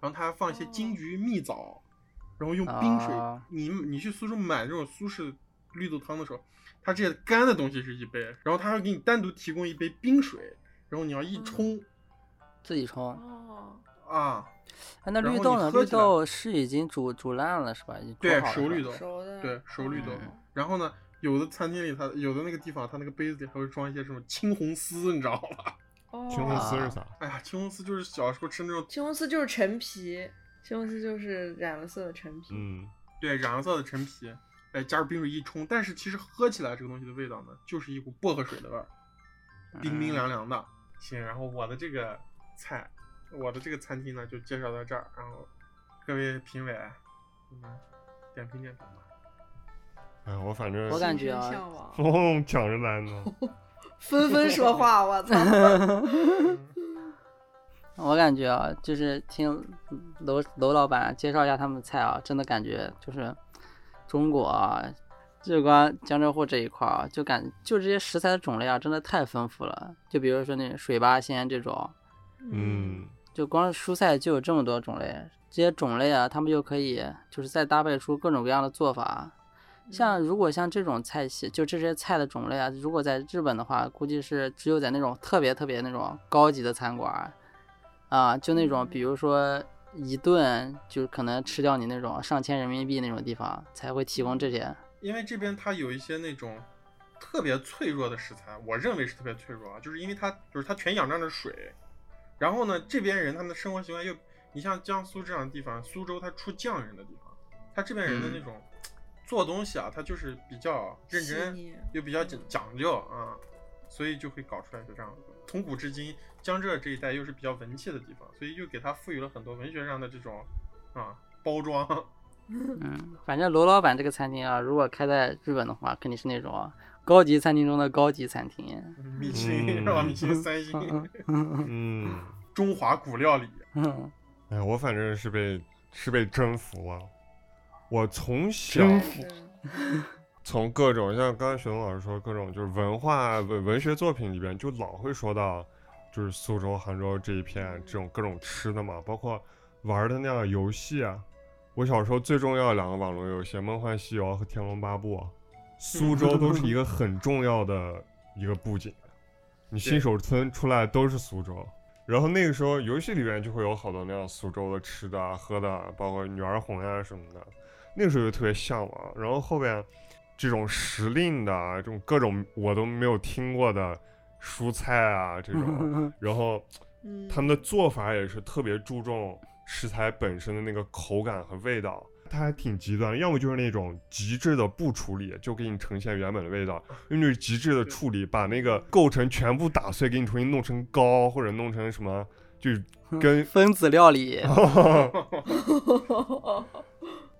Speaker 1: 然后它还放一些金桔、蜜枣，然后用冰水。
Speaker 2: 啊
Speaker 1: 你你去苏州买这种苏式绿豆汤的时候，它这些干的东西是一杯，然后它还给你单独提供一杯冰水，然后你要一冲、
Speaker 2: 自己冲。
Speaker 4: 哦，
Speaker 1: 啊，
Speaker 2: 哎那
Speaker 1: 然
Speaker 2: 绿
Speaker 1: 后
Speaker 2: 豆
Speaker 1: 你
Speaker 2: 呢？
Speaker 1: 喝
Speaker 2: 绿
Speaker 1: 起来
Speaker 2: 豆是已经煮煮烂了是吧？已经
Speaker 1: 对
Speaker 2: 煮好了
Speaker 1: 熟
Speaker 2: 是吧
Speaker 1: 绿豆
Speaker 4: 熟的，
Speaker 1: 对熟绿豆
Speaker 4: 哦
Speaker 1: 然后呢，有的餐厅里它有的那个地方它那个杯子里还会装一些这种青红丝，你知道吗？
Speaker 4: 哦，
Speaker 3: 青红丝是啥？
Speaker 1: 哎呀，青红丝就是小时候吃那种
Speaker 4: 青红丝就是陈皮，青红丝就是染了色的陈皮。
Speaker 3: 嗯，
Speaker 1: 对，染色的陈皮，哎，加入冰水一冲，但是其实喝起来这个东西的味道呢，就是一股薄荷水的味儿，
Speaker 2: 嗯
Speaker 1: 冰冰凉凉的。行，然后我的这个菜，我的这个餐厅呢就介绍到这儿，然后各位评委，你们点评点评吧。
Speaker 3: 哎，我反正
Speaker 2: 我感
Speaker 4: 心生
Speaker 2: 觉啊
Speaker 4: 向往，
Speaker 3: 轰轰 抢着来呢，
Speaker 4: 纷纷说话，我 操！
Speaker 2: 我感觉啊，就是听楼楼老板介绍一下他们的菜啊，真的感觉就是中国啊，就光江浙沪这一块儿啊，就感就这些食材的种类啊，真的太丰富了。就比如说那水八仙这种，
Speaker 3: 嗯，
Speaker 2: 就光是蔬菜就有这么多种类，这些种类啊，他们又可以就是再搭配出各种各样的做法。
Speaker 4: 嗯
Speaker 2: 像如果像这种菜系，就这些菜的种类啊，如果在日本的话，估计是只有在那种特别特别那种高级的餐馆儿，啊，就那种
Speaker 4: 嗯
Speaker 2: 比如说一顿就是可能吃掉你那种上千人民币那种地方才会提供这些。
Speaker 1: 因为这边它有一些那种特别脆弱的食材，我认为是特别脆弱啊，就是因为它就是它全仰仗着水，然后呢，这边人他们的生活习惯又，你像江苏这样的地方，苏州它出匠人的地方，它这边人的那种做东西啊，它就是比较认
Speaker 4: 细
Speaker 1: 真，
Speaker 4: 腻嗯
Speaker 1: 又比较讲讲究啊、所以就会搞出来就这样子。从古至今，江浙这一带又是比较文气的地方，所以又给它赋予了很多文学上的这种啊、包装。
Speaker 2: 嗯，反正罗老板这个餐厅啊，如果开在日本的话，肯定是那种高级餐厅中的高级餐厅。
Speaker 1: 米其林
Speaker 3: 嗯
Speaker 1: 是吧？米其林三星。
Speaker 3: 嗯，
Speaker 1: 中华古料理。
Speaker 2: 嗯
Speaker 3: 哎，我反正是被是被征服了，我从
Speaker 4: 嗯
Speaker 3: 小
Speaker 4: 是
Speaker 3: 从各种像刚才雪龙老师说各种就是文化文文学作品里边，就老会说到就是苏州、杭州这一片这种各种吃的嘛，包括玩的那样的游戏啊。我小时候最重要的两个网络游戏《梦幻西游》和《天龙八部》，啊苏州都是一个很重要的一个布景。你新手村出来都是苏州，然后那个时候游戏里面就会有好多那样苏州的吃的啊、喝的啊，包括女儿红呀、什么的。那个时候就特别向往。然后后边这种时令的啊，这种各种我都没有听过的蔬菜啊，这种，
Speaker 2: 嗯
Speaker 3: 然后
Speaker 4: 嗯
Speaker 3: 他们的做法也是特别注重食材本身的那个口感和味道。它还挺极端，要么就是那种极致的不处理，就给你呈现原本的味道；要么就是极致的处理，把那个构成全部打碎，给你重新弄成糕或者弄成什么，就是跟
Speaker 2: 分子料理，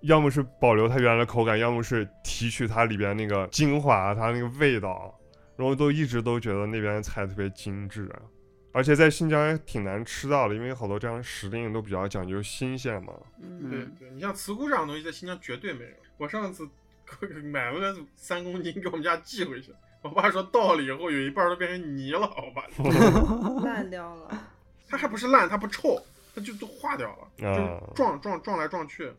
Speaker 3: 要么是保留它原来的口感，要么是提取它里边那个精华，它那个味道，然后都一直都觉得那边的菜特别精致，而且在新疆也挺难吃到的，因为好多这样的时令都比较讲究新鲜嘛。
Speaker 4: 嗯
Speaker 1: 对
Speaker 2: 嗯
Speaker 1: 对，你像茨菇这样的东西在新疆绝对没有。我上次买了个三公斤给我们家寄回去，我爸说到了以后有一半都变成泥了，我 爸说
Speaker 4: 烂掉了。
Speaker 1: 它还不是烂，它不臭，它就都化掉了，
Speaker 3: 啊
Speaker 1: 就是撞撞撞来撞去。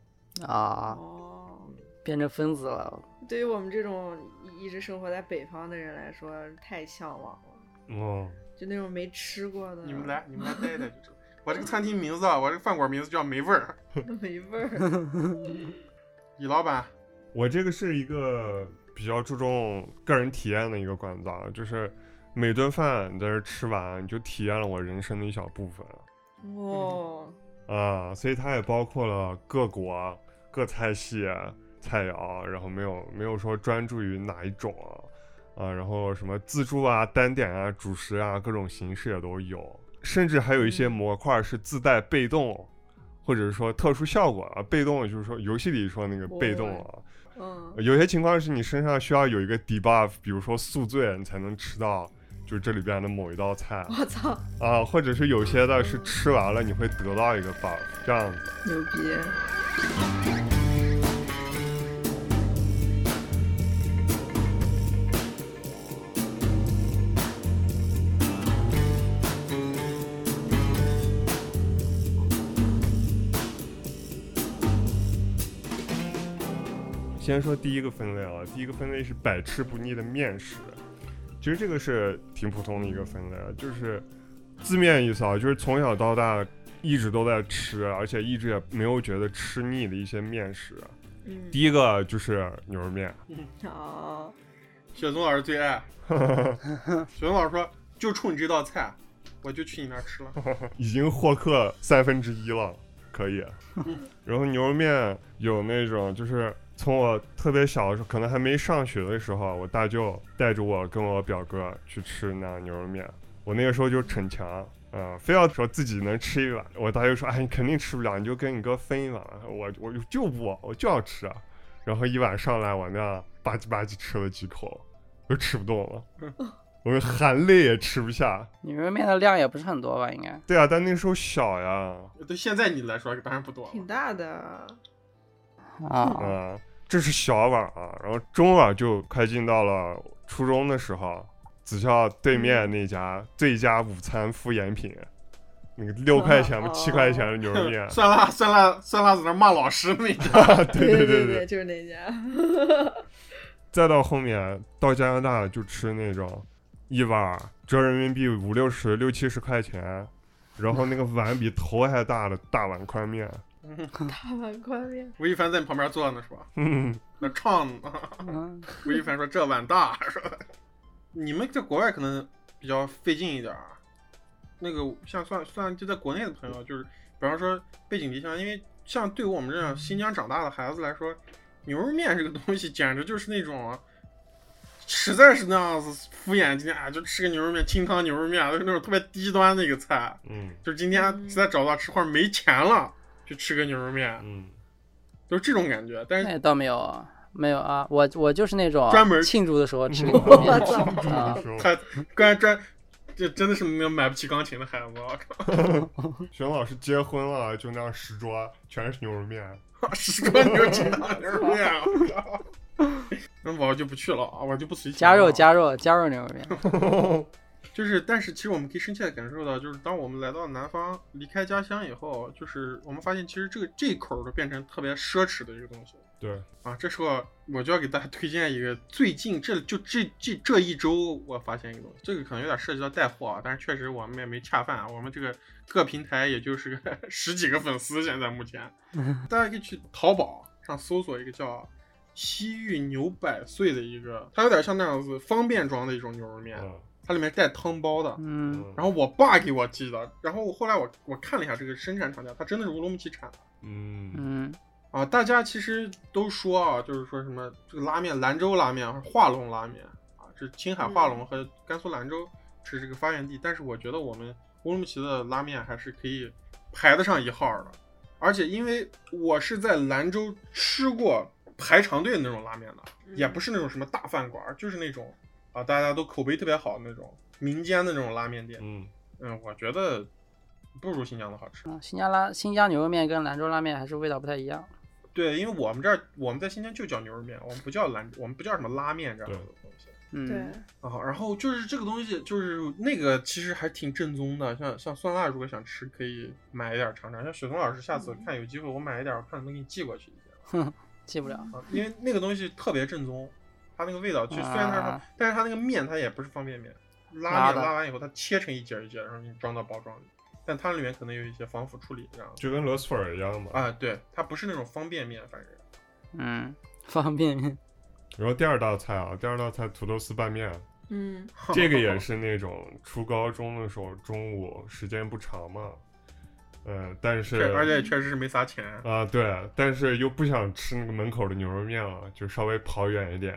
Speaker 2: 啊，
Speaker 4: 哦，
Speaker 2: 变成分子了。
Speaker 4: 对于我们这种一直生活在北方的人来说，太向往了，
Speaker 3: 嗯，
Speaker 4: 就那种没吃过的，
Speaker 1: 你们来，你们来待一待就知道。我这个餐厅名字啊，我这个饭馆名字叫没味儿。
Speaker 4: 没味儿，
Speaker 1: 李老板，
Speaker 3: 我这个是一个比较注重个人体验的一个馆子，啊，就是每顿饭你在这儿吃完，你就体验了我人生的一小部分
Speaker 4: 哇，
Speaker 3: 啊，所以它也包括了各国各菜系啊菜肴，然后没有没有说专注于哪一种啊，啊，然后什么自助啊、单点啊、主食啊，各种形式也都有，甚至还有一些
Speaker 4: 嗯
Speaker 3: 模块是自带被动，或者是说特殊效果啊，被动就是说游戏里说那个被动啊。
Speaker 4: 嗯，
Speaker 3: 有些情况是你身上需要有一个 debuff，比如说宿醉，你才能吃到就是这里边的某一道菜
Speaker 4: 我操，
Speaker 3: 啊，或者是有些的是吃完了你会得到一个 buff，这样子。
Speaker 4: 牛逼，
Speaker 3: 先说第一个分类啊，第一个分类是百吃不腻的面食，其实这个是挺普通的一个分类啊，就是字面意思啊，就是从小到大一直都在吃，而且一直也没有觉得吃腻的一些面食。
Speaker 4: 嗯，
Speaker 3: 第一个就是牛肉面，
Speaker 4: 啊，
Speaker 1: 雪松老师最 爱。雪松老师说，就冲你这道菜，我就去你那儿吃了。
Speaker 3: 已经获客三分之一了，可以。然后牛肉面有那种，就是从我特别小的时候，可能还没上学的时候，我大舅带着我跟我表哥去吃那牛肉面。我那个时候就逞强，啊、非要说自己能吃一碗。我大舅说：“哎，你肯定吃不了，你就跟你哥分一碗。”我我就不，我就要吃。啊。然后一碗上来，我那样吧唧吧唧吃了几口，就吃不动了，我含泪也吃不下。
Speaker 2: 牛肉面的量也不是很多吧？应该
Speaker 3: 对啊，但那时候小呀，
Speaker 1: 对现在你来说当然不多了，
Speaker 4: 挺。大的，
Speaker 2: 啊，
Speaker 3: 啊，这是小碗啊，然后中碗就快进到了初中的时候，子校对面那家最佳午餐敷衍品，那个六块钱吧、
Speaker 4: 哦
Speaker 3: 七块钱的牛肉 面
Speaker 1: 酸辣酸辣酸辣子那骂老师那家，
Speaker 3: 对对对
Speaker 4: 对对，
Speaker 3: 对。
Speaker 4: 就是那家，
Speaker 3: 再到后面到加拿大就吃那种一碗折人民币五六十、六七十块钱，然后那个碗比头还大的大碗宽面，
Speaker 4: 大碗宽面，
Speaker 1: 吴亦凡在你旁边坐呢是吧？
Speaker 3: 嗯，
Speaker 1: 那唱呢，
Speaker 2: 嗯，
Speaker 1: 吴亦凡说这碗大说，你们在国外可能比较费劲一点啊。那个像算算就在国内的朋友，就是比方说背井离乡，因为像对我们这样新疆长大的孩子来说，牛肉面这个东西简直就是那种，实在是那样子敷衍，今天啊就吃个牛肉面，清汤牛肉面，就是那种特别低端的一个菜。
Speaker 3: 嗯
Speaker 1: 就是今天
Speaker 4: 嗯
Speaker 1: 实在找不到吃，或者没钱了，去吃个牛肉面，
Speaker 3: 嗯，
Speaker 1: 就是这种感觉。但
Speaker 2: 那
Speaker 1: 是
Speaker 2: 也倒没有，没有啊，我我就是那种
Speaker 1: 专门嗯
Speaker 2: 庆祝的时候吃牛
Speaker 4: 我
Speaker 2: 肉面
Speaker 4: 操，
Speaker 2: 啊
Speaker 3: 时候
Speaker 1: 他专专，这真的是没有买不起钢琴的孩子，我靠！
Speaker 3: 熊老师结婚了，就那样十桌全是牛肉面。
Speaker 1: 十多牛鸡蛋牛肉面，我靠！ 那我就不去了啊，我就不随钱了
Speaker 2: 加肉加肉加肉牛肉面，
Speaker 1: 就是，但是其实我们可以深切的感受到，就是当我们来到南方，离开家乡以后，就是我们发现，其实这个这一口都变成特别奢侈的一个东西。
Speaker 3: 对，
Speaker 1: 啊，这时候我就要给大家推荐一个最近这就这这这一周我发现一个东西，这个可能有点涉及到带货啊，但是确实我们也没恰饭啊，我们这个各平台也就是个 十几个粉丝，现在目前，大家可以去淘宝上搜索一个叫西域牛百岁的一个，它有点像那样子方便装的一种牛肉面，
Speaker 3: 嗯
Speaker 1: 它里面带汤包的。
Speaker 2: 嗯，
Speaker 1: 然后我爸给我寄的，然后后来我我看了一下这个生产厂家，它真的是乌鲁木齐产的。
Speaker 3: 嗯
Speaker 2: 嗯，
Speaker 1: 啊，大家其实都说啊，就是说什么这个拉面，兰州拉面或者化隆拉面啊，这青海化隆和甘肃兰州是这个发源地，但是我觉得我们乌鲁木齐的拉面还是可以排得上一号的，而且因为我是在兰州吃过排长队的那种拉面的，
Speaker 4: 嗯
Speaker 1: 也不是那种什么大饭馆儿，就是那种啊大家都口碑特别好的那种民间的那种拉面店，
Speaker 3: 嗯，
Speaker 1: 嗯，我觉得不如新疆的好吃。
Speaker 2: 啊新疆拉新疆牛肉面跟兰州拉面还是味道不太一样，
Speaker 1: 对，因为我们这儿我们在新疆就叫牛肉面，我们不叫兰，我们不叫什么拉面这样的东西
Speaker 4: 对
Speaker 2: 嗯，，
Speaker 1: 啊。然后就是这个东西，就是那个其实还挺正宗的，像像酸
Speaker 2: 嗯
Speaker 1: 辣，如果想吃可以买一点儿尝尝。像雪松老师，下次看有机会我买一点儿，我看能不能给你寄过去一些。
Speaker 2: 记不了。
Speaker 1: 啊因为那个东西特别正宗，它那个味道就虽然它是方，
Speaker 2: 啊
Speaker 1: 但是它那个面它也不是方便面，拉
Speaker 2: 拉
Speaker 1: 面
Speaker 2: 的
Speaker 1: 拉完以后它切成一节儿一节儿，然后给你装到包装里，但它里面可能有一些防腐处理这样的。
Speaker 3: 就跟螺蛳粉儿一样嘛。
Speaker 1: 啊，对，它不是那种方便面，反正
Speaker 2: 嗯，方便面
Speaker 3: 然后第二道菜啊，第二道菜土豆丝 拌面，
Speaker 4: 嗯，
Speaker 3: 这个也是那种初高中的时候，中午时间不长嘛，呃，但是
Speaker 1: 确，而且也确实是没啥钱。
Speaker 3: 啊，对，但是又不想吃那个门口的牛肉面了，就稍微跑远 一点，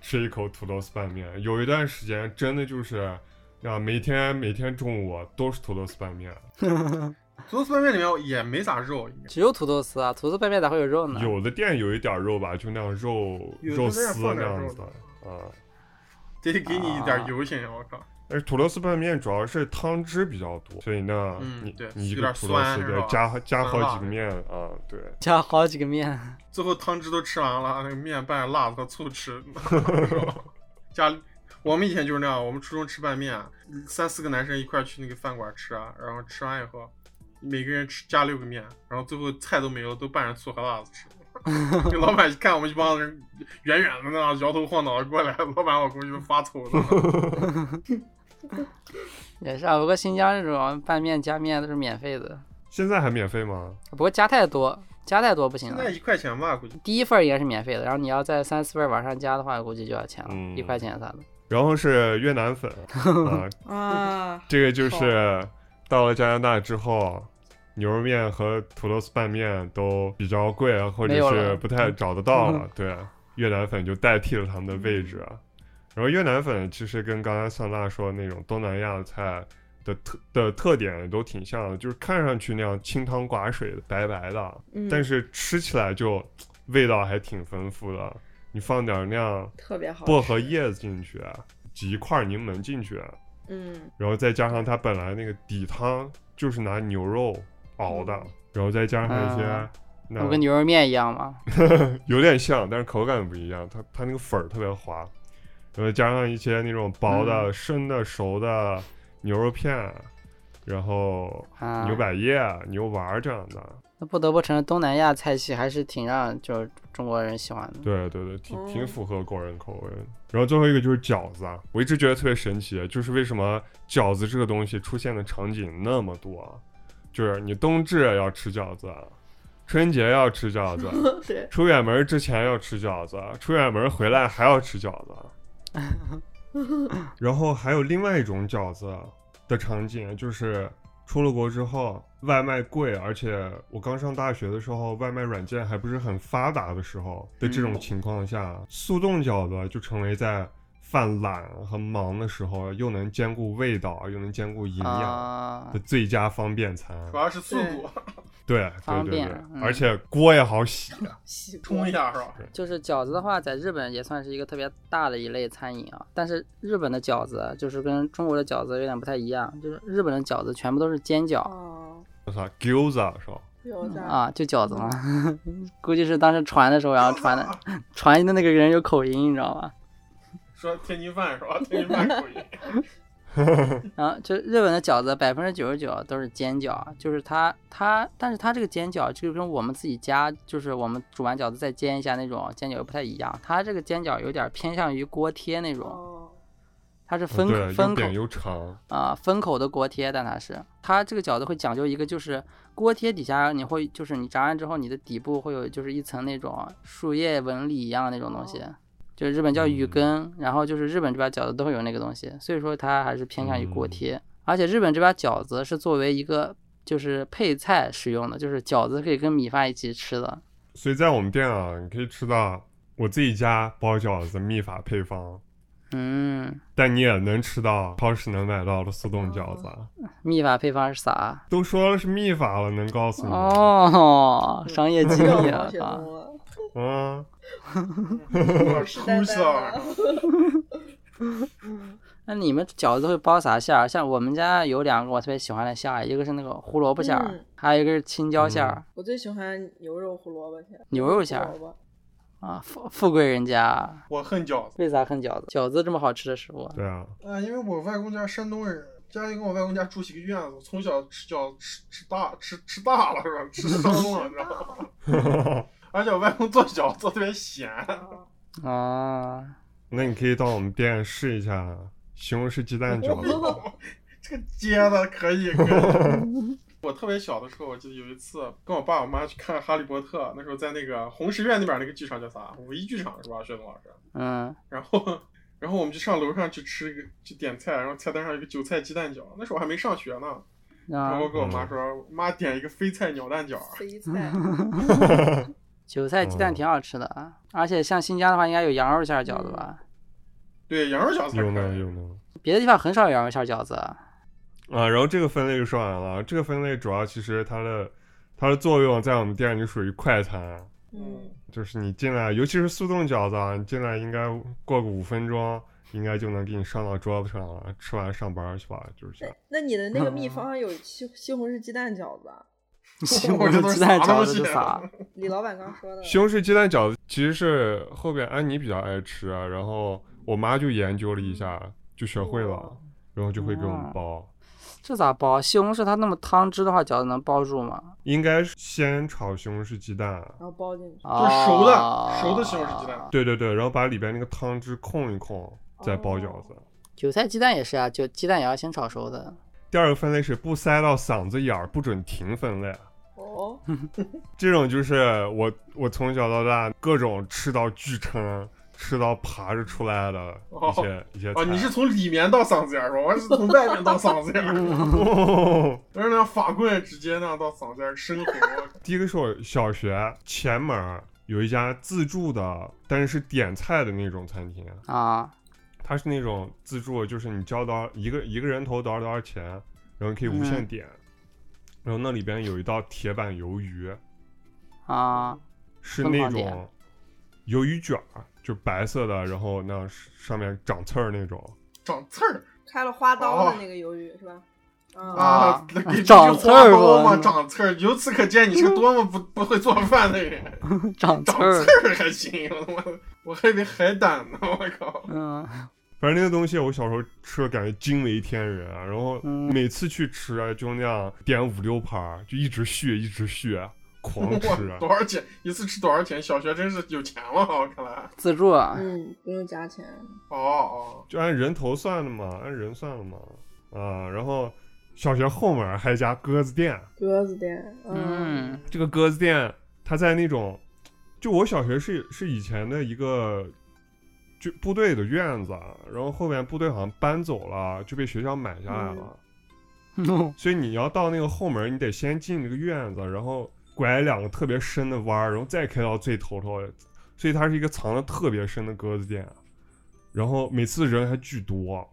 Speaker 3: 吃一口土豆丝拌面。有一段时间真的就是，啊，每天每天中午啊都是土豆丝拌面，
Speaker 1: 土豆丝拌面里面也没啥肉，应该
Speaker 2: 只有土豆丝啊，土豆丝拌面咋会有肉呢？
Speaker 3: 有的店有一点肉吧，就那样肉
Speaker 1: 嗯有的
Speaker 3: 肉
Speaker 1: 在那
Speaker 3: 丝
Speaker 1: 放
Speaker 3: 那
Speaker 1: 点
Speaker 3: 样
Speaker 1: 肉
Speaker 3: 子的啊。
Speaker 1: 得给你一点
Speaker 2: 啊
Speaker 1: 油性，我靠，
Speaker 3: 而土豆丝拌面主要是汤汁比较多，所以呢，
Speaker 1: 嗯
Speaker 3: 你
Speaker 1: 对
Speaker 3: 你一
Speaker 1: 有
Speaker 3: 个
Speaker 1: 点
Speaker 3: 土豆
Speaker 1: 酸
Speaker 3: 丝
Speaker 1: 是
Speaker 3: 对
Speaker 1: 吧
Speaker 3: 加加
Speaker 1: 酸
Speaker 3: 好
Speaker 1: 辣
Speaker 3: 几个面啊，对，
Speaker 2: 加好几个面，
Speaker 1: 最后汤汁都吃完了，那个面拌辣子和醋吃，家里我们以前就是那样，我们初中吃拌面，三四个男生一块儿去那个饭馆吃啊，然后吃完以后，每个人吃加六个面，然后最后菜都没了，都拌着醋和辣子吃。那老板一看我们一帮人远远的那样摇头晃脑的过来，老板我估计都发愁了。
Speaker 2: 也是啊。不过新疆这种拌面加面都是免费的，
Speaker 3: 现在还免费吗？
Speaker 2: 不过加太多，加太多不行
Speaker 1: 现
Speaker 2: 了
Speaker 1: 在。一块钱吧，估计
Speaker 2: 第一份儿应该是免费的，然后你要在三四份儿往上加的话，估计就要钱了，
Speaker 3: 嗯
Speaker 2: 一块钱啥的。
Speaker 3: 然后是越 南粉啊，
Speaker 4: 啊，
Speaker 3: 这个就是到了加拿大之后，牛肉面和土豆丝拌面都比较贵，啊或
Speaker 2: 没有
Speaker 3: 者是
Speaker 2: 了嗯
Speaker 3: 不太找得到了。对，越南粉就代替了他们的位置。啊然后越南粉其实跟刚才桑娜说的那种东南亚菜的特的特点都挺像的，就是看上去那样清汤寡水的、白白的，
Speaker 4: 嗯
Speaker 3: 但是吃起来就味道还挺丰富的。你放点那样
Speaker 4: 特别好，
Speaker 3: 薄荷，叶子进去，啊挤一块柠檬进去，啊
Speaker 4: 嗯，
Speaker 3: 然后再加上它本来那个底汤就是拿牛肉熬的，然后再加上一些
Speaker 2: 嗯啊，
Speaker 3: 那
Speaker 2: 不跟牛肉面一样吗？
Speaker 3: 有点像，但是口感不一样，它它那个粉儿特别滑，然后加上一些那种薄
Speaker 2: 嗯
Speaker 3: 的、生的、熟的牛肉片，然后
Speaker 2: 啊，
Speaker 3: 牛百叶、牛丸儿这样的，
Speaker 2: 那不得不承认，东南亚菜系还是挺让就是中国人喜欢的。
Speaker 3: 对对对，挺挺
Speaker 4: 哦
Speaker 3: 符合国人口味。然后最后一个就是饺子啊，我一直觉得特别神奇，啊就是为什么饺子这个东西出现的场景那么多啊，就是你冬至要吃饺子，啊春节要吃饺子，啊
Speaker 4: 对，
Speaker 3: 出远门之前要吃饺子，出远门回来还要吃饺子。 然后还有另外一种饺子的场景，就是出了国之后外卖贵，而且我刚上大学的时候，外卖软件还不是很发达的时候的这
Speaker 2: 嗯
Speaker 3: 种情况下，速冻饺子就成为在犯懒和忙的时候，又能兼顾味道，又能兼顾营养
Speaker 2: 啊
Speaker 3: 的，最佳方便餐。
Speaker 1: 主要是速度
Speaker 3: 对对
Speaker 2: 方
Speaker 3: 对对
Speaker 2: 便，嗯
Speaker 3: 而且锅也好洗。啊
Speaker 4: 西
Speaker 1: 冲一下是吧？
Speaker 2: 就是饺子的话，在日本也算是一个特别大的一类餐饮啊。但是日本的饺子就是跟中国的饺子有点不太一样，就是日本的饺子全部都是煎饺
Speaker 4: 哦，
Speaker 3: 叫啥 Gyoza 是吧？
Speaker 4: 有点
Speaker 2: 啊，就饺子嘛。 估计是当时传的时候，然后传的 传的那个人有口音，你知道吧？
Speaker 1: 说天津饭是 吧？天津饭口音。
Speaker 2: 然后就日本的饺子百分之九十九都是煎饺，就是它它，但是它这个煎饺就跟我们自己家，就是我们煮完饺子再煎一下那种煎饺又不太一样，它这个煎饺有点偏向于锅贴那种，
Speaker 4: 哦，
Speaker 2: 它是分
Speaker 3: 哦对，
Speaker 2: 分
Speaker 3: 又
Speaker 2: 口
Speaker 3: 扁又长，
Speaker 2: 啊、分口的锅贴，但它是它这个饺子会讲究一个，就是锅贴底下你会就是你炸完之后，你的底部会有就是一层那种树叶纹理一样的那种东西，就是日本叫雨根，然后就是日本这边饺子都会有那个东西，所以说它还是偏向于锅贴，而且日本这边饺子是作为一个就是配菜使用的，就是饺子可以跟米饭一起吃的，
Speaker 3: 所以在我们店啊，你可以吃到我自己家包饺子秘法配方，
Speaker 2: 嗯，
Speaker 3: 但你也能吃到超市能买到的速冻饺子。
Speaker 2: 哦秘法配方是啥？
Speaker 3: 都说了是秘法了，能告诉你吗？
Speaker 2: 哦，商业机
Speaker 4: 这
Speaker 2: 密
Speaker 4: 种
Speaker 2: 啊
Speaker 4: 同！学
Speaker 2: 啊
Speaker 4: 中了，
Speaker 3: 嗯，
Speaker 1: 我
Speaker 4: 是
Speaker 1: 哭笑。
Speaker 2: 那你们饺子会包啥馅儿？像我们家有两个我特别喜欢的馅儿，一个是那个胡萝卜馅儿，
Speaker 4: 嗯
Speaker 2: 还有一个是青椒馅儿、
Speaker 4: 我最喜欢牛肉胡萝卜馅儿，
Speaker 2: 牛肉馅
Speaker 4: 胡
Speaker 2: 儿
Speaker 4: 萝卜
Speaker 2: 啊。富富贵人家
Speaker 1: 我恨饺子。
Speaker 2: 为啥恨饺子？饺子这么好吃的食物，
Speaker 3: 对啊，
Speaker 1: 啊，因为我外公家山东人，家里跟我外公家住一个院子，从小吃饺子吃吃大吃吃大了是吧？吃伤了，你知道吗？而且我外公做小做特别咸，
Speaker 4: 哦
Speaker 2: 啊，
Speaker 3: 那你可以到我们店试一下西红柿鸡蛋饺子。
Speaker 1: 这个接的可以。可以我特别小的时候，我记得有一次跟我爸我妈去看《哈利波特》，那时候在那个红石院那边那个剧场叫啥？五一剧场是吧，薛总老师？
Speaker 2: 嗯，
Speaker 1: 然后，然后我们就上楼上去吃一个，去点菜，然后菜单上有一个韭菜鸡蛋饺，那时候我还没上学呢。然
Speaker 2: 啊
Speaker 1: 后，跟我妈
Speaker 3: 嗯
Speaker 1: 说，妈点一个飞菜鸟蛋 饺，啊
Speaker 4: 肥菜，
Speaker 2: 嗯 韭菜鸡蛋挺好吃的啊，而且像新疆的话，应该有羊肉馅儿饺子吧？
Speaker 1: 对，羊肉饺子才
Speaker 3: 有
Speaker 1: 可
Speaker 3: 呢
Speaker 1: 以。
Speaker 3: 有呢。
Speaker 1: 嗯
Speaker 2: 别的地方很少有羊肉馅儿饺子啊。
Speaker 3: 啊，然后这个分类就说完了。这个分类主要其实它的它的作用在我们店就属于快餐，啊
Speaker 4: 嗯，
Speaker 3: 就是你进来，尤其是速冻饺子啊，你进来应该过个五分钟，应该就能给你上到桌子上了。吃完上班去吧，就是这样。
Speaker 4: 那你的那个秘方上有西西红柿鸡蛋饺子啊，
Speaker 2: 西 红柿鸡蛋饺子是啥？
Speaker 4: 李老板刚说的，
Speaker 3: 西红柿鸡蛋饺子其实是后边安妮比较爱吃啊，然后我妈就研究了一下，就学会了
Speaker 4: 哇，
Speaker 3: 然后就会给我们包。
Speaker 2: 这咋包？西红柿它那么汤汁的话，饺子能包住吗？
Speaker 3: 应该是先炒西红柿鸡蛋，
Speaker 4: 然后包进去，
Speaker 1: 就是熟的
Speaker 2: 哦
Speaker 1: 熟的西红柿鸡蛋。
Speaker 3: 对对对，然后把里边那个汤汁控一控，再包饺子。
Speaker 2: 韭菜鸡蛋也是啊，就鸡蛋也要先炒熟的。
Speaker 3: 第二个分类是不塞到嗓子眼儿不准停分类，
Speaker 4: 哦，
Speaker 3: 这种就是我我从小到大各种吃到巨撑，吃到爬着出来的一些、一些菜。
Speaker 1: 哦，你是从里面到嗓子眼儿是吧？我是从外面到嗓子眼儿，
Speaker 2: 嗯
Speaker 1: 而是那法棍直接那样到嗓子眼儿生活。
Speaker 3: 第一个是我小学前门儿有一家自助的，但是是点菜的那种餐厅，
Speaker 2: 啊，
Speaker 3: 它是那种自助，就是你交多少一个一个人投多少多少钱，然后可以无限
Speaker 2: 嗯
Speaker 3: 点。然后那里边有一道铁板鱿鱼，
Speaker 2: 啊，
Speaker 3: 是
Speaker 2: 疯
Speaker 3: 那
Speaker 2: 狂点
Speaker 3: 种鱿鱼卷儿，就白色的，然后那样上面长刺儿那种。
Speaker 1: 长刺儿
Speaker 4: 开了花刀的那个鱿鱼是吧？啊，
Speaker 1: 啊
Speaker 2: 啊，
Speaker 1: 给别人
Speaker 2: 长刺儿
Speaker 1: 花苞嘛，
Speaker 2: 吧
Speaker 1: 长刺儿。由此可见，你是个多么不不会做饭的人。
Speaker 2: 嗯长刺
Speaker 1: 长
Speaker 2: 儿
Speaker 1: 刺，儿还行，我他妈，我还以为海胆呢，我靠！
Speaker 2: 嗯，
Speaker 3: 反正那个东西我小时候吃了，感觉惊为天人啊。然后
Speaker 2: 嗯
Speaker 3: 每次去吃啊，就那样点五六盘儿，就一直续，一直续，啊狂
Speaker 4: 啊
Speaker 3: 吃啊
Speaker 1: 哇，。多少钱一次吃多少钱？小学真是有钱了哈，我看来。
Speaker 2: 自助啊，
Speaker 4: 嗯，不用加钱，
Speaker 1: 哦哦，
Speaker 3: 就按人头算的嘛，按人算的嘛。啊，然后小学后门还有一家鸽子店，
Speaker 4: 鸽子店，
Speaker 2: 嗯，
Speaker 3: 这个鸽子店它在那种，就我小学是是以前的一个就部队的院子啊，然后后面部队好像搬走了，就被学校买下来了。
Speaker 2: 嗯
Speaker 3: 所以你要到那个后门，你得先进这个院子，然后拐两个特别深的弯儿，然后再开到最头头。所以它是一个藏的特别深的鸽子店，然后每次人还巨多，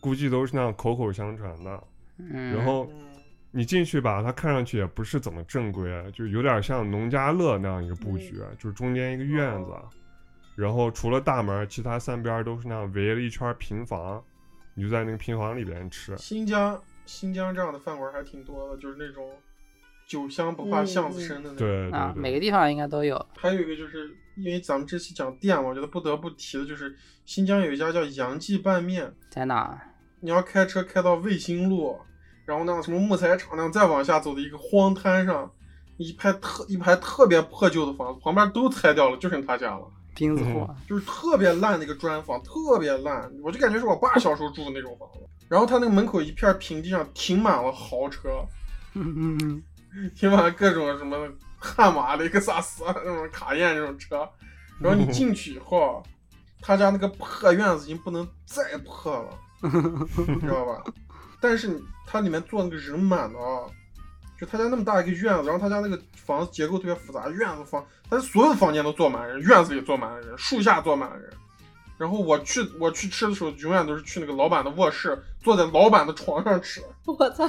Speaker 3: 估计都是那样口口相传的。
Speaker 2: 嗯，
Speaker 3: 然
Speaker 1: 哦
Speaker 3: 后你进去吧，它看上去也不是怎么正规，就有点像农家乐那样一个布局，
Speaker 2: 嗯
Speaker 3: 就是中间一个院子，
Speaker 2: 哦
Speaker 3: 然后除了大门，其他三边都是那样围了一圈平房，你就在那个平房里边吃。
Speaker 1: 新疆新疆这样的饭馆还挺多的，就是那种酒香不怕
Speaker 4: 嗯
Speaker 1: 巷子深的那种。
Speaker 3: 对对
Speaker 2: 啊，每
Speaker 3: 对，
Speaker 2: 个地方应该都有。
Speaker 1: 还有一个就是因为咱们这期讲店嘛，我觉得不得不提的就是新疆有一家叫杨记拌面，
Speaker 2: 在哪儿？
Speaker 1: 你要开车开到卫星路，然后那什么木材厂那样再往下走的一个荒滩上，一排特一排特别破旧的房子，旁边都拆掉了，就剩他家了。
Speaker 2: 钉子户，
Speaker 1: 就是特别烂的一个砖房，特别烂，我就感觉是我爸小时候住的那种房子。然后他那个门口一片平地上停满了豪车，
Speaker 2: 嗯嗯嗯
Speaker 1: 停满了各种什么悍马、雷克萨斯、那种卡宴这种车。然后你进去以后，啊他家那个破院子已经不能再破了，你知道吧？ 但是你它里面坐那个人满的啊，就他家那么大一个院子，然后他家那个房子结构特别复杂，院子房，他所有的房间都坐满人，院子里坐满人，树下坐满人。然后我去我去吃的时候，永远都是去那个老板的卧室，坐在老板的床上吃，
Speaker 4: 我操，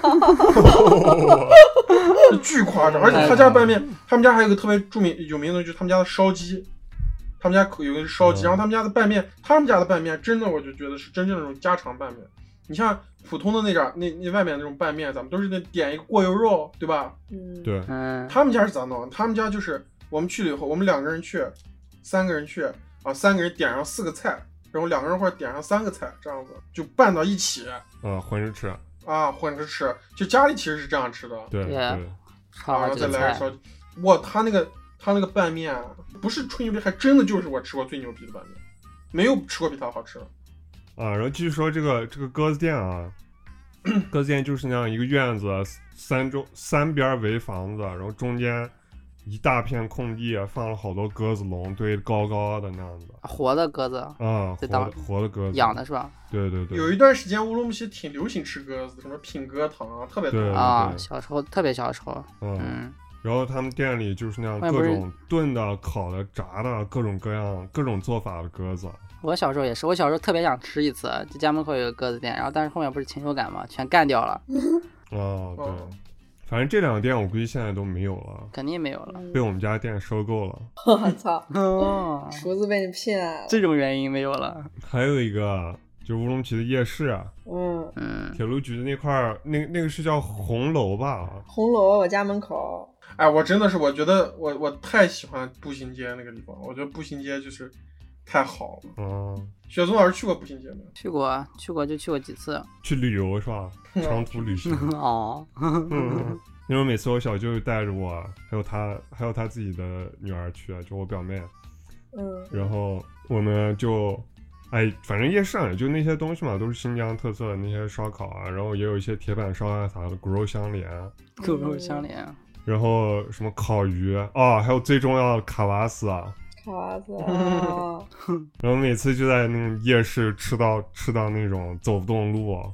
Speaker 1: 就巨夸张。而且他家拌面，他们家还有一个特别著名有名的，就是他们家的烧鸡，他们家口有一个烧鸡，
Speaker 3: 嗯
Speaker 1: 然后他们家的拌面，他们家的拌面真的我就觉得是真正的那种家常拌面。你像普通的那点那那外面那种拌面，咱们都是那点一个过油肉，对吧？
Speaker 4: 嗯，
Speaker 3: 对，
Speaker 2: 嗯，
Speaker 1: 他们家是咋弄？他们家就是我们去了以后，我们两个人去，三个人去啊，三个人点上四个菜，然后两个人或者点上三个菜，这样子就拌到一起
Speaker 3: 嗯，混着吃，
Speaker 1: 啊，混着吃。就家里其实是这样吃的，
Speaker 3: 对
Speaker 2: 对
Speaker 3: 对，
Speaker 1: 啊，
Speaker 2: 炒
Speaker 1: 然
Speaker 2: 了
Speaker 1: 后
Speaker 2: 几
Speaker 1: 再
Speaker 2: 个
Speaker 1: 来点
Speaker 2: 菜
Speaker 1: 烧。哇，他那个他那个拌面啊不是吹牛逼，还真的就是我吃过最牛逼的拌面，没有吃过比它好吃的。
Speaker 3: 啊，然后据说这个这个鸽子店啊， 鸽子店就是那样一个院子，啊三中三边儿围房子，然后中间一大片空地，啊放了好多鸽子笼，堆得高高的那样子。
Speaker 2: 活的鸽子
Speaker 3: 啊，活
Speaker 2: 在当
Speaker 3: 的活的鸽子，
Speaker 2: 养的是吧？
Speaker 3: 对对啊对，
Speaker 1: 有一段时间乌鲁木齐挺流行吃鸽子，什么品鸽堂啊，特别
Speaker 3: 对
Speaker 1: 多。
Speaker 2: 啊，
Speaker 3: 嗯对
Speaker 2: 小时候特别小时候，
Speaker 3: 嗯，
Speaker 2: 嗯，
Speaker 3: 然后他们店里就是那样
Speaker 2: 外
Speaker 3: 各
Speaker 2: 不是
Speaker 3: 种炖的、烤的、炸的，各种各样、各种做法的鸽子。啊
Speaker 2: 我小时候也是，我小时候特别想吃一次，就家门口有个鸽子店，然后但是后面不是禽流感嘛，全干掉了，
Speaker 3: 哦，对，
Speaker 1: 哦
Speaker 3: 反正这两个店我估计现在都没有了，
Speaker 2: 肯定没有了。
Speaker 3: 被我们家店收购了。
Speaker 4: 嗯我操，
Speaker 2: 哦，
Speaker 4: 厨子被你骗了。
Speaker 2: 这种原因没有了。
Speaker 3: 还有一个啊就乌鲁木齐的夜市啊，
Speaker 4: 嗯，
Speaker 2: 嗯，
Speaker 3: 铁路局的那块儿，那那个是叫红楼吧？
Speaker 4: 红楼我家门口，
Speaker 1: 哎，我真的是，我觉得我我太喜欢步行街那个地方，我觉得步行街就是太好了。
Speaker 3: 嗯，
Speaker 1: 雪松老师去过步行街没有？
Speaker 2: 去过，去过就去过几次。
Speaker 3: 去旅游是吧？
Speaker 1: 嗯
Speaker 3: 长途旅行。
Speaker 2: 哦，
Speaker 3: 嗯，因为每次我小舅带着我，还有他，还有他自己的女儿去啊，就我表妹，
Speaker 4: 嗯，
Speaker 3: 然后我们就，哎，反正夜市啊，就那些东西嘛，都是新疆特色的那些烧烤啊，然后也有一些铁板烧啊啥的，骨肉相连，啊
Speaker 2: 狗肉相连，
Speaker 3: 然后什么烤鱼啊，还有最重要的卡瓦斯啊，
Speaker 4: 卡子啊，
Speaker 3: 然后每次就在那个夜市吃到吃到那种走不动路，啊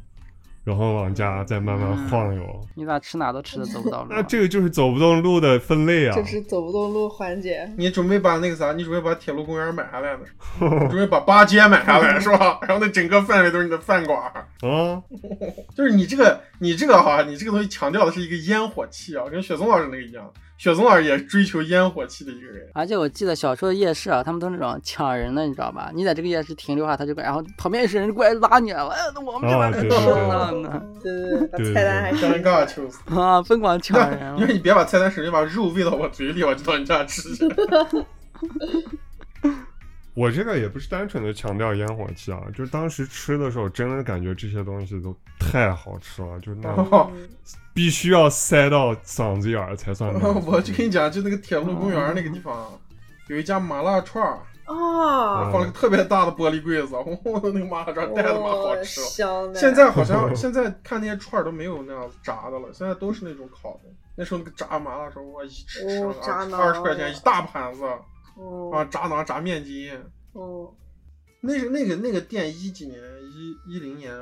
Speaker 3: 然后往家再慢慢晃悠。
Speaker 2: 你咋吃哪都吃的走不到路
Speaker 3: 那？啊这个就是走不动路的分类啊
Speaker 4: 这！是走不动路环节。
Speaker 1: 你准备把那个啥，你准备把铁路公园买下来呢？你准备把八街买下来是吧？然后那整个范围都是你的饭馆儿。
Speaker 3: 啊，
Speaker 1: 就是你这个，你这个哈，你这个东西强调的是一个烟火气啊，跟雪松老师那个一样。雪松老师也追求烟火气的一个人，
Speaker 2: 而且我记得小时候夜市啊，他们都是那种抢人的，你知道吧？你在这个夜市停留下，他就然后旁边一是人就过来拉你了，哎，我们这边
Speaker 3: 啊
Speaker 2: 人
Speaker 3: 对对
Speaker 2: 吃
Speaker 3: 对
Speaker 2: 了呢，
Speaker 4: 对对对，把
Speaker 3: 对对
Speaker 4: 菜单还是
Speaker 1: 尴尬求死。
Speaker 2: 啊，疯狂抢
Speaker 4: 哎
Speaker 2: 人
Speaker 1: 因
Speaker 2: 了。
Speaker 1: 为你别把菜单省略，把肉喂到我嘴里，我就到你家 吃去。
Speaker 3: 我这个也不是单纯的强调烟火气啊，就是当时吃的时候，真的感觉这些东西都太好吃了，就是那 种
Speaker 1: 哦
Speaker 3: 必须要塞到嗓子眼儿才 算满足。
Speaker 1: 我就跟你讲，就那个铁路公园那个地方，有一家麻辣串儿，
Speaker 4: 啊，
Speaker 1: 放了个特别大的玻璃柜子， 轰轰的那个麻辣串儿带的蛮好
Speaker 4: 哇
Speaker 1: 吃的。
Speaker 4: 香的。
Speaker 1: 现在好 像现在看那些串儿都没有那样子炸的了，现在都是那种烤的。那时候那个炸麻辣时候，哇，一吃吃
Speaker 4: 哦
Speaker 1: 了
Speaker 4: 炸
Speaker 1: 二
Speaker 4: 呢
Speaker 1: 二十块钱一大盘子啊，
Speaker 4: 嗯
Speaker 1: 炸馕、炸面筋。
Speaker 4: 嗯，
Speaker 1: 那是那个那个店一几年一一零年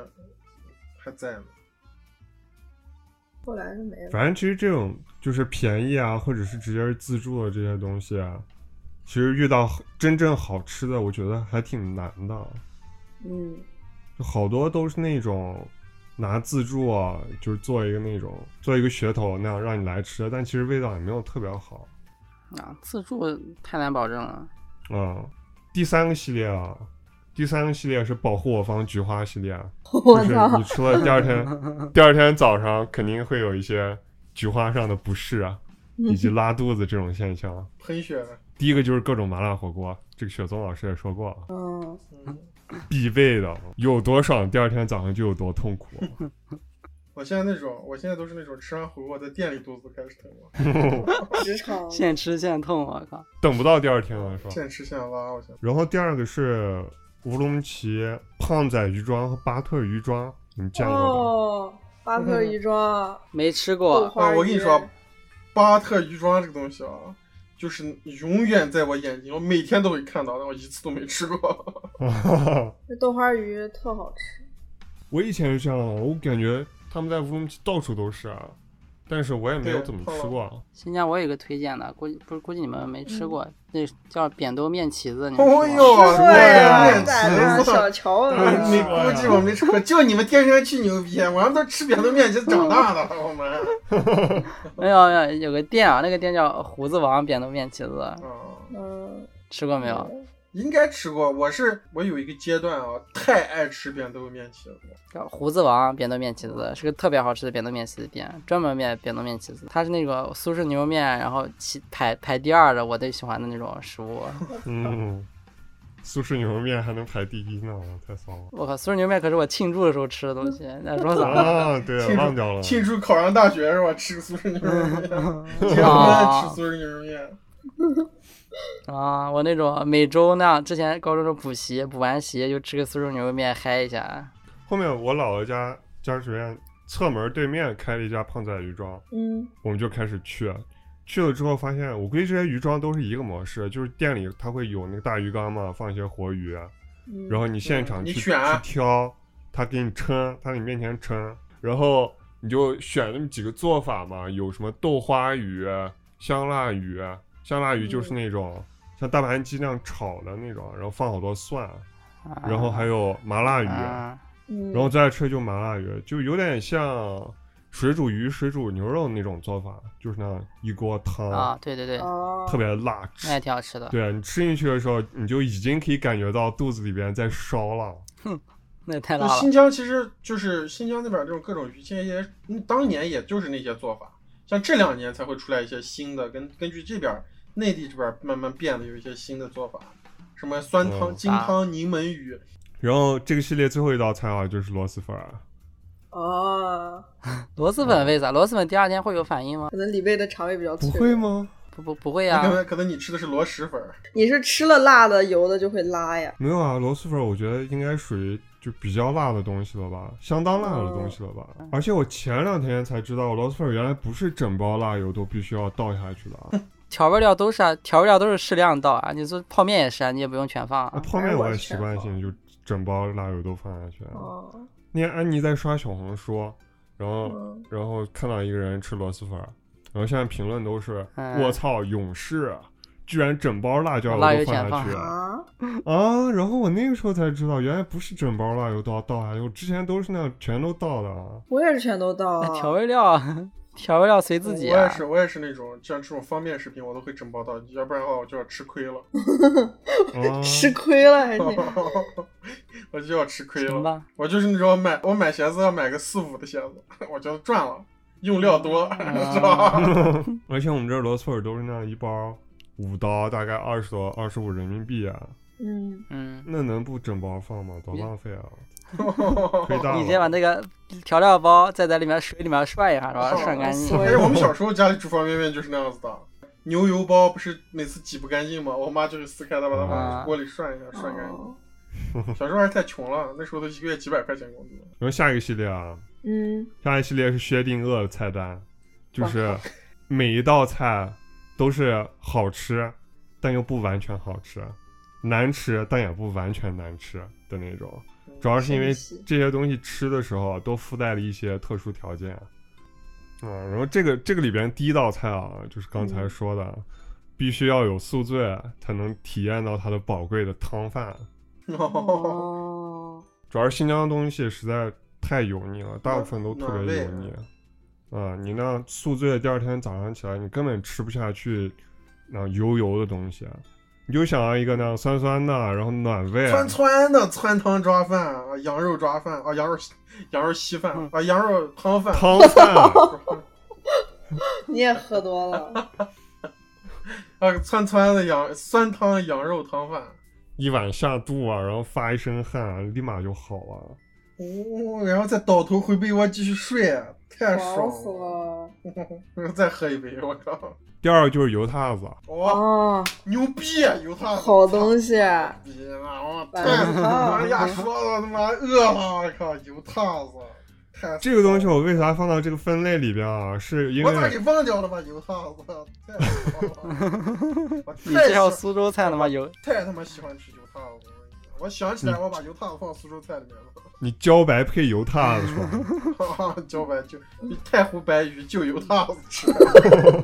Speaker 1: 还在呢。
Speaker 4: 后来就没了。
Speaker 3: 反正其实这种就是便宜啊，或者是直接是自助的这些东西啊，其实遇到真正好吃的，我觉得还挺难的。
Speaker 4: 嗯，
Speaker 3: 就好多都是那种拿自助啊，就是做一个那种做一个噱头那样让你来吃，但其实味道也没有特别好。
Speaker 2: 啊，自助太难保证了。
Speaker 3: 嗯，第三个系列啊，第三个系列是保护我方菊花系列啊，
Speaker 4: 我
Speaker 3: 就是
Speaker 4: 操
Speaker 3: 你，吃了第二 天，第二天早上肯定会有一些菊花上的不适啊，以及拉肚子这种现象。
Speaker 1: 喷血，
Speaker 3: 第一个就是各种麻辣火锅，这个雪松老师也说过啊，
Speaker 4: 嗯，
Speaker 1: 嗯，
Speaker 3: 必备的，有多爽，第二天早上就有多痛 苦。
Speaker 1: 我现在那种，我现在都是那种吃完火锅在店里肚子开始疼了，
Speaker 4: 职 场
Speaker 2: 现吃现痛，我靠！
Speaker 3: 等不到第二天了，是吧？
Speaker 1: 现吃现拉，我现
Speaker 3: 然后第二个是乌鲁木齐胖仔鱼庄和巴特鱼庄，你们见过吗？
Speaker 4: 哦，巴特鱼庄，
Speaker 2: 没吃
Speaker 4: 豆
Speaker 2: 过，
Speaker 4: 花
Speaker 1: 啊，
Speaker 4: 鱼
Speaker 1: 我跟你说，巴特鱼庄这个东西啊，就是永远在我眼睛，我每天都会看到，但我一次都没吃过。
Speaker 3: 哦
Speaker 4: 那豆花鱼特好吃。
Speaker 3: 我以前是这样的，我感觉他们在乌鲁木齐到处都是啊，但是我也没有怎么吃过啊。
Speaker 2: 新疆我有一个推荐的，估计不是估计你们没吃过，那叫扁豆面旗子，你们吃过
Speaker 1: 哦
Speaker 2: 吗
Speaker 1: 呦，
Speaker 3: 呀
Speaker 1: 面
Speaker 4: 在那
Speaker 1: 子
Speaker 4: 小瞧我
Speaker 1: 啊你
Speaker 3: 嗯
Speaker 4: 们了。
Speaker 1: 估计我没吃过，就你们天生去牛逼，我们都吃扁豆面筋长大的，我们。
Speaker 2: 没有没有，有个店啊，那个店叫胡子王扁豆面旗子，
Speaker 1: 啊，
Speaker 4: 嗯，
Speaker 2: 吃过没有？
Speaker 1: 应该吃过。我是我有一个阶段啊，太爱吃扁豆面筋了。
Speaker 2: 叫胡子王扁豆面旗子，是个特别好吃的扁豆面旗子店，专门卖扁豆面旗子。它是那个苏式牛肉面，然后其排排第二的，我最喜欢的那种食物。
Speaker 3: 嗯，苏式牛肉面还能排第一呢，太骚 了。
Speaker 2: 我靠，苏式牛肉面可是我庆祝的时候吃的东西，那说啥？
Speaker 3: 啊，对，
Speaker 1: 庆祝
Speaker 3: 忘掉 了。
Speaker 1: 庆祝考上大学是吧？吃个苏式牛肉面，结婚
Speaker 2: 啊
Speaker 1: 吃苏式牛肉面。
Speaker 2: 啊，我那种每周那样，之前高中时候补习，补完习就吃个苏州牛肉面嗨一下。啊
Speaker 3: 后面我姥姥家家属院侧门对面开了一家胖仔鱼庄，
Speaker 4: 嗯，
Speaker 3: 我们就开始去。啊去了之后发现，我估计这些鱼庄都是一个模式，就是店里它会有那个大鱼缸嘛，放一些活鱼，啊
Speaker 4: 嗯
Speaker 3: 然后你现场
Speaker 1: 嗯
Speaker 3: 去、
Speaker 1: 你选啊
Speaker 3: 去挑，他给你称，他在你面前称，然后你就选那么几个做法嘛，有什么豆花鱼、香辣鱼，香辣鱼就是那种、像大盘鸡那样炒的那种，然后放好多蒜，
Speaker 2: 啊
Speaker 3: 然后还有麻辣鱼，
Speaker 2: 啊
Speaker 4: 嗯，
Speaker 3: 然后再吃就麻辣鱼，就有点像水煮鱼、水煮牛肉那种做法，就是那样一锅汤，
Speaker 2: 啊，哎对对对，
Speaker 4: 哦，
Speaker 3: 特别辣，吃
Speaker 2: 那也挺好吃的，
Speaker 3: 对你吃进去的时候，你就已经可以感觉到肚子里边在烧了。
Speaker 2: 那也太辣
Speaker 1: 就
Speaker 2: 了
Speaker 1: 新疆其实就是新疆那边这种各种鱼，现在也嗯当年也就是那些做法，像这两年才会出来一些新的，根根据这边儿内地这边儿慢慢变的有一些新的做法，什么酸汤、
Speaker 3: 嗯
Speaker 1: 金汤、柠檬鱼，
Speaker 3: 然后这个系列最后一道菜啊，就是螺蛳粉儿。
Speaker 4: 哦，
Speaker 2: 螺蛳粉为啥？螺蛳粉第二天会有反应吗？
Speaker 4: 可能李贝的肠胃比较脆
Speaker 3: 不。会吗？
Speaker 2: 不不不会啊
Speaker 1: 那
Speaker 2: 呀、
Speaker 1: 可能可能你吃的是螺蛳粉儿，
Speaker 4: 你是吃了辣的油的就会拉呀？
Speaker 3: 没有啊，螺蛳粉儿我觉得应该属于就比较辣的东西了吧，相当辣的东西了吧。而且我前两天才知道，螺蛳粉儿原来不是整包辣油都必须要倒下去的啊。
Speaker 2: 调味料都是啊，调味料都是适量倒啊。你说泡面也是啊，你也不用全放
Speaker 3: 那
Speaker 2: 啊。
Speaker 3: 泡面
Speaker 4: 哎我
Speaker 3: 我也
Speaker 4: 也
Speaker 3: 习
Speaker 4: 是
Speaker 3: 惯性就整包辣油都放下去。
Speaker 2: 嗯
Speaker 4: 哦，
Speaker 3: 那天安妮在刷小红书，然后
Speaker 4: 嗯
Speaker 3: 然后看到一个人吃螺蛳粉儿，然后现在评论都是
Speaker 2: 嗯
Speaker 3: 我操勇士，居然整包辣椒油
Speaker 2: 辣油
Speaker 3: 都放
Speaker 2: 全
Speaker 3: 下
Speaker 2: 放
Speaker 3: 去
Speaker 4: 啊，
Speaker 3: 啊！然后我那个时候才知道，原来不是整包辣油都要倒下去，我之前都是那样全都倒的 啊。
Speaker 4: 我也是全都倒
Speaker 2: 那
Speaker 4: 啊。
Speaker 2: 调味料， 调味料随自己、
Speaker 1: 嗯我
Speaker 2: 啊
Speaker 1: 也。是我也是那种像这种方便食品我都会整包到，要不然的话我就要吃亏了，
Speaker 3: 啊
Speaker 4: 吃亏了还是？
Speaker 1: 我就要吃亏
Speaker 2: 行
Speaker 1: 了。
Speaker 2: 吧，
Speaker 1: 我就是那种买我买鞋子要买个四五的鞋子， 我觉得赚了，用
Speaker 2: 嗯
Speaker 1: 料多，
Speaker 2: 啊
Speaker 1: 是吧？
Speaker 3: 而且我们这儿螺蛳粉儿都是那样一包五刀，大概二十多、二十五人民币啊，
Speaker 4: 嗯，
Speaker 2: 嗯，
Speaker 3: 那能不整包放吗？多浪费啊！亏大
Speaker 2: 哦你直接把
Speaker 3: 了。
Speaker 2: 那个调料包再在里面水里面涮一下，是吧？涮干净。
Speaker 1: 哦但是哎我们小时候家里煮方便面就是那样子的，牛油包不是每次挤不干净吗？我妈就去撕开它，把它
Speaker 2: 啊
Speaker 1: 往锅里涮一下，涮干净。
Speaker 4: 哦
Speaker 1: 小时候还是太穷了，那时候都一个月几百块钱工资。
Speaker 3: 然后下一个系列啊，
Speaker 4: 嗯，
Speaker 3: 下一系列是薛定谔的菜单，就是每一道菜都是好吃，但又不完全好吃，难吃但也不完全难吃的那种。主要是因为
Speaker 4: 神奇
Speaker 3: 这些东西吃的时候啊都附带了一些特殊条件。嗯，然后这个这个里边第一道菜啊，就是刚才说的，必须要有宿醉才能体验到它的宝贵的汤饭。
Speaker 4: 哦，
Speaker 3: 主要是新疆的东西实在太油腻了，大部分都特
Speaker 1: 暖
Speaker 3: 别
Speaker 1: 胃
Speaker 3: 油腻。啊、你那宿醉，第二天早上起来，你根本吃不下去那油油的东西，啊你就想要一个那样酸酸的，然后暖胃。啊
Speaker 1: 川川的川汤抓饭啊，羊肉抓饭啊，羊肉羊肉稀饭
Speaker 2: 嗯
Speaker 1: 啊，羊肉汤 饭。
Speaker 3: 汤饭，
Speaker 4: 你也喝多了，
Speaker 1: 啊，川川的羊酸汤羊肉汤饭，
Speaker 3: 一碗下肚啊，然后发一身汗，啊立马就好了。
Speaker 1: 哦，然后再倒头回被窝继续睡，太爽
Speaker 4: 爽死！了！
Speaker 1: 然后再喝一杯，我靠，
Speaker 3: 第二个就是油塌子，
Speaker 1: 哇，
Speaker 4: 哦，
Speaker 1: 牛逼！啊有他
Speaker 4: 好东西，啊
Speaker 1: 逼了，我太
Speaker 4: 晚
Speaker 1: 哎
Speaker 4: 上
Speaker 1: 呀，说的他妈饿了，我靠，油汤子，太
Speaker 3: 这个东西我为啥放到这个分类里边啊？是因
Speaker 1: 我咋
Speaker 3: 为
Speaker 1: 给忘掉了吧？油汤子，太 爽了我
Speaker 2: 你介绍
Speaker 1: 太喜
Speaker 2: 苏州菜了吗？有
Speaker 1: 太他妈喜欢吃油汤子，我跟你讲我想起来
Speaker 3: 嗯
Speaker 1: 我把油汤子放苏州菜里面了，
Speaker 3: 你茭白配油塌子是吧？
Speaker 1: 哈 哈，茭白就太湖白鱼就油汤子吃，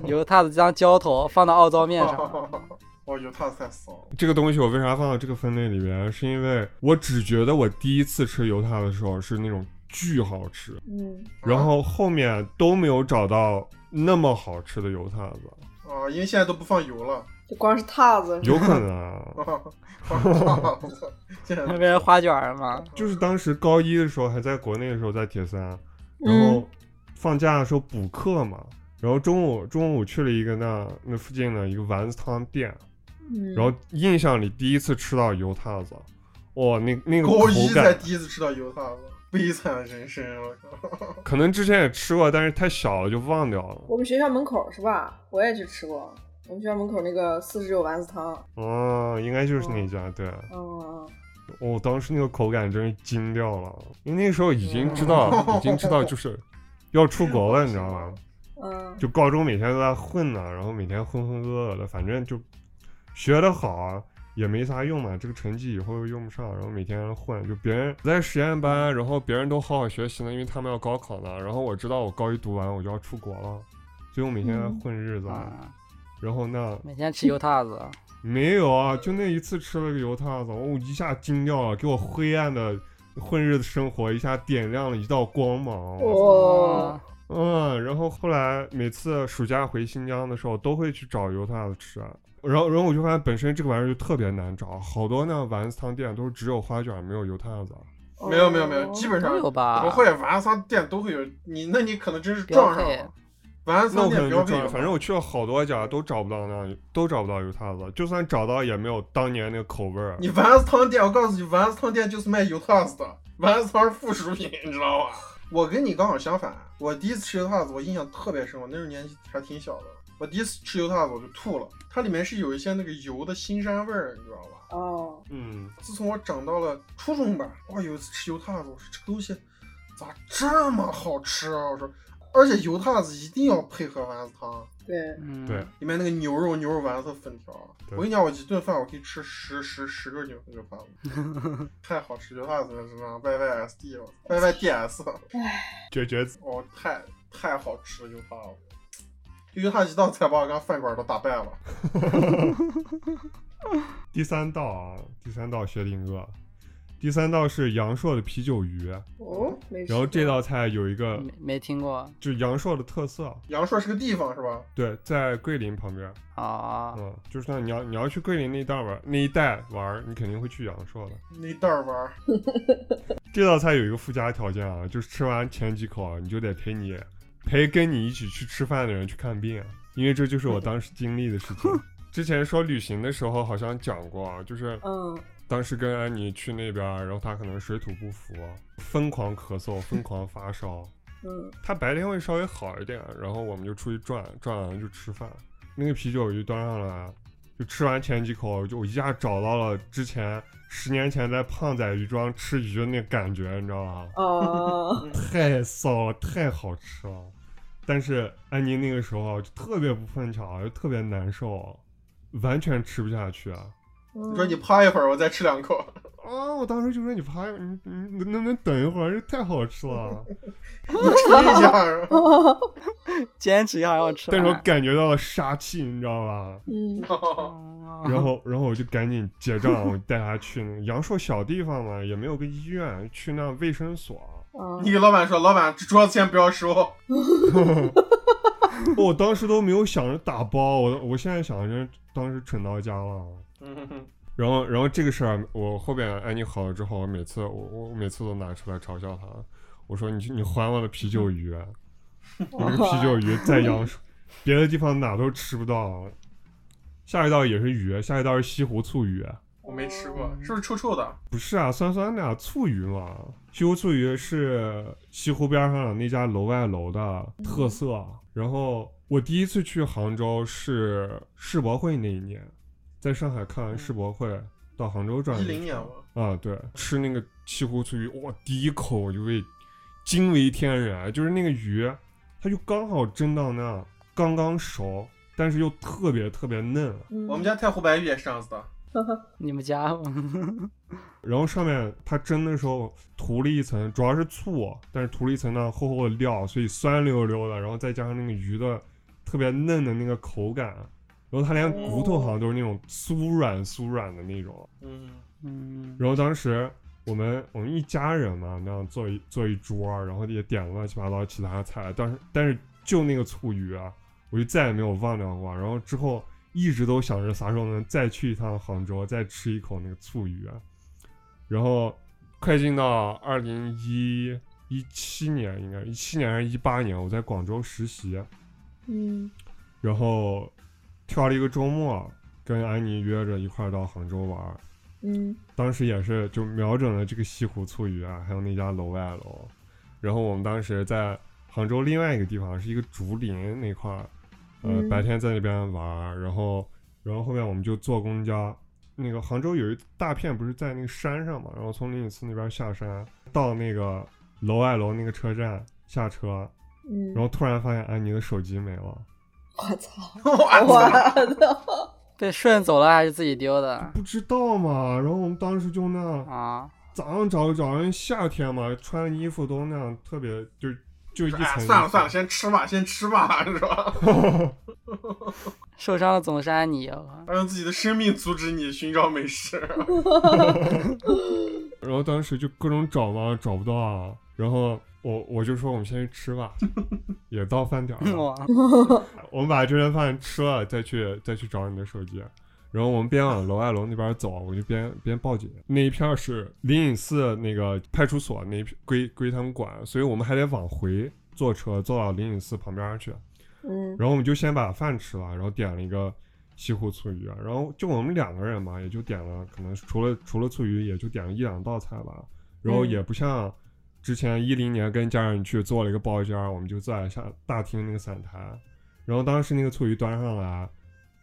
Speaker 2: 有它的当浇头，放到奥糟面上。
Speaker 1: 哦，油汤子太骚了，
Speaker 3: 这个东西我为啥放到这个分类里边？是因为我只觉得我第一次吃油塌的时候是那种巨好吃，
Speaker 4: 嗯，
Speaker 3: 然后后面都没有找到那么好吃的油塌子，
Speaker 1: 啊，因为现在都不放油了，
Speaker 4: 就光是塔子，
Speaker 3: 有可能啊。
Speaker 1: 啊，放油汤子，现
Speaker 2: 那
Speaker 1: 在
Speaker 2: 不是花卷儿吗？
Speaker 3: 就是当时高一的时候还在国内的时候在铁三，然
Speaker 4: 嗯
Speaker 3: 后放假的时候补课嘛，然后中午中午去了一个那那附近的一个丸子汤店，
Speaker 4: 嗯
Speaker 3: 然后印象里第一次吃到油塌子，哇、那那个
Speaker 1: 高
Speaker 3: 口
Speaker 1: 一才
Speaker 3: 感，
Speaker 1: 第一次吃到油汤子，悲惨人生，我靠。
Speaker 3: 可能之前也吃过，但是太小了就忘掉了。
Speaker 4: 我们学校门口是吧？我也去吃过，我们学校门口那个四十九丸子汤，
Speaker 3: 哦，应该就是那家，对。
Speaker 4: 嗯，
Speaker 3: 我、当时那个口感真是惊掉了，因为那个时候已经知道，已经知道就是要出国了，你知道吗？
Speaker 4: 嗯，
Speaker 3: 就高中每天都在混呢、然后每天浑浑噩噩的，反正就学得好啊也没啥用嘛，这个成绩以后又用不上，然后每天混，就别人我在实验班，然后别人都好好学习呢，因为他们要高考呢，然后我知道我高一读完我就要出国了，所以我每天在
Speaker 4: 嗯
Speaker 3: 混日子，
Speaker 2: 啊，
Speaker 3: 然后那
Speaker 2: 每天吃油挞子，
Speaker 1: 哦
Speaker 3: 没有啊，就那一次吃了个油挞子，我一下惊掉了，给我灰暗的混日子生活一下点亮了一道光芒。我
Speaker 4: 哇
Speaker 2: 啊，
Speaker 3: 嗯，然后后来每次暑假回新疆的时候，都会去找油挞子吃。然后，然后我就发现本身这个玩意儿就特别难找，好多那丸子汤店都是只有花卷没有油挞子。
Speaker 1: 没有没有没有，基本上
Speaker 2: 都有吧？
Speaker 1: 不会，晚上店都会有你，那你可能真是
Speaker 2: 标
Speaker 1: 撞上
Speaker 2: 配
Speaker 1: 了。晚
Speaker 3: 那
Speaker 1: 上
Speaker 3: 我可
Speaker 1: 店
Speaker 3: 能
Speaker 1: 标
Speaker 3: 就
Speaker 1: 配
Speaker 3: 知
Speaker 1: 有
Speaker 3: 道，
Speaker 1: 吗，
Speaker 3: 反正我去了好多家都找不到那都找不到油挞子，就算找到也没有当年那个口味儿。
Speaker 1: 你丸子汤店，我告诉你，丸子汤店就是卖油挞子的，丸子汤是附属品，你知道吧？我跟你刚好相反，我第一次吃油挞子，我印象特别深，我那时候年纪还挺小的，我第一次吃油挞子我就吐了，它里面是有一些那个油的腥膻味儿，你知道吧？
Speaker 4: 哦，
Speaker 3: 嗯，
Speaker 1: 自从我长到了初中吧，哇，有一次吃油挞子，我说这个东西咋这么好吃啊？我说，而且油挞子一定要配合丸子汤，
Speaker 4: 对，
Speaker 2: 嗯，
Speaker 3: 对，
Speaker 1: 里面那个牛肉、牛肉丸子粉条。
Speaker 3: 对
Speaker 1: 我跟你讲，我一顿饭我可以吃十十十个牛牛丸子，太好吃！油挞子是吧？YYSD 我 YYDS，
Speaker 3: 绝绝子。
Speaker 1: 哦，太太好吃了油挞子。油挞一道菜把我家饭馆都打败了，
Speaker 3: 第三道啊，第三道薛定谔，第三道是阳朔的啤酒鱼，
Speaker 4: 哦，没吃过。
Speaker 3: 然后这道菜有一个
Speaker 2: 没没听过
Speaker 3: 就是阳朔的特色，
Speaker 1: 阳朔是个地方是吧？
Speaker 3: 对，在桂林旁边，
Speaker 1: 哦
Speaker 2: 啊，
Speaker 3: 嗯，就是那你要你要去桂林那一带玩那一带玩儿，你肯定会去阳朔的。
Speaker 1: 那袋儿玩儿，
Speaker 3: 这道菜有一个附加条件啊，就是吃完前几口啊，你就得陪你陪跟你一起去吃饭的人去看病，因为这就是我当时经历的事情。之前说旅行的时候好像讲过啊，就是
Speaker 4: 嗯，
Speaker 3: 当时跟安妮去那边儿，然后她可能水土不服，啊疯狂咳嗽，疯狂发烧。
Speaker 4: 嗯
Speaker 3: 她白天会稍微好一点，然后我们就出去转，转完了就吃饭。那个啤酒鱼端上来，啊就吃完前几口，就我一下找到了之前十年前在胖仔鱼庄吃鱼的那感觉，你知道吗？
Speaker 4: 哦，
Speaker 3: 太骚了，太好吃了。但是安妮那个时候啊就特别不碰巧，就特别难受，完全吃不下去啊。
Speaker 1: 你
Speaker 4: 你
Speaker 1: 说你趴一会儿，我再吃两口。
Speaker 3: 啊！我当时就说你爬，你你能不能等一会儿？这太好吃了！
Speaker 1: 你吹一下，
Speaker 2: 坚持一下要吃
Speaker 3: 但
Speaker 2: 完。
Speaker 3: 是我感觉到了杀气，你知道吧？
Speaker 4: 嗯，
Speaker 2: 哦
Speaker 3: 然后，然后我就赶紧结账，我带他去那个阳朔小地方嘛，也没有个医院，去那卫生所。 哦
Speaker 4: 啊
Speaker 1: 你给老板说，老板这桌子先不要哦收，
Speaker 3: 我当时都没有想着打包，我我现在想着当时蠢到家了。
Speaker 1: 嗯，
Speaker 3: 然后，然后这个事儿，我后边安妮好了之后，我每次我我我每次都拿出来嘲笑她，我说你去你还我的啤酒鱼，我这个啤酒鱼在阳朔，别的地方哪都吃不到。下一道也是鱼，下一道是西湖醋鱼，啊
Speaker 1: 我没吃过，是不是臭臭的？
Speaker 3: 不是啊，酸酸的、啊、醋鱼嘛。西湖醋鱼是西湖边上的那家楼外楼的特色。然后我第一次去杭州是世博会那一年，在上海看完世博会，到杭州转了
Speaker 1: 一
Speaker 3: 圈
Speaker 1: 零年吧，
Speaker 3: 啊，对，吃那个西湖醋鱼，哇，第一口我就被惊为天人，啊就是那个鱼，它就刚好蒸到那儿，刚刚熟，但是又特别特别嫩，啊
Speaker 4: 嗯
Speaker 1: 我们家太湖白玉也是这样子的，
Speaker 2: 你们家吗
Speaker 3: 然后上面它蒸的时候涂了一层，主要是醋，啊但是涂了一层那厚厚的料，所以酸溜溜的，然后再加上那个鱼的特别嫩的那个口感，啊然后它连骨头好像都是那种酥软酥软的那种。啊
Speaker 1: 嗯，
Speaker 2: 嗯，
Speaker 3: 然后当时我们我们一家人嘛，那样坐一坐一桌儿，然后也点了乱七八糟其他菜，啊但是但是就那个醋鱼啊，我就再也没有忘掉过。啊然后之后一直都想着啥时候能再去一趟杭州，再吃一口那个醋鱼啊。然后快进到二零一一七年，应该一七年还是一八年，我在广州实习，
Speaker 4: 嗯
Speaker 3: 然后挑了一个周末，跟安妮约着一块儿到杭州玩儿。
Speaker 4: 嗯
Speaker 3: 当时也是就瞄准了这个西湖醋鱼啊，还有那家楼外楼。然后我们当时在杭州另外一个地方是一个竹林那块儿，呃，
Speaker 4: 嗯
Speaker 3: 白天在那边玩儿，然后然后后面我们就坐公交。那个杭州有一大片不是在那个山上嘛，然后从灵隐寺那边下山到那个楼外楼那个车站下车，
Speaker 4: 嗯
Speaker 3: 然后突然发现哎你的手机没了，
Speaker 5: 我操！
Speaker 1: 我操！
Speaker 5: 我
Speaker 2: 被顺走了还是自己丢的
Speaker 3: 不知道嘛，然后我们当时就那样
Speaker 2: 啊？
Speaker 3: 早上找找人，夏天嘛，穿的衣服都那样，特别就就一层、
Speaker 1: 哎，算了算了，，先吃吧，先吃吧， 是吧？
Speaker 2: 受伤的总是安妮，我靠
Speaker 1: 要用自己的生命阻止你寻找美食。
Speaker 3: 然后当时就各种找嘛，找不到啊，然后我我就说我们先去吃 吧，也到饭点儿
Speaker 1: 嗯
Speaker 3: 了，
Speaker 2: 哇
Speaker 3: 我们把这顿饭吃了，再去再去找你的手机。然后我们边往楼外楼那边走，我就边边报警。那一片儿是灵隐寺那个派出所那一片归归他们管，所以我们还得往回坐车坐到灵隐寺旁边儿去。
Speaker 4: 嗯，
Speaker 3: 然后我们就先把饭吃了，然后点了一个西湖醋鱼，啊然后就我们两个人嘛，也就点了，可能除了除了醋鱼，也就点了一两道菜吧。然后
Speaker 1: 嗯
Speaker 3: 也不像之前一零年跟家人去做了一个包间儿，我们就在下大厅那个散台，然后当时那个醋鱼端上来，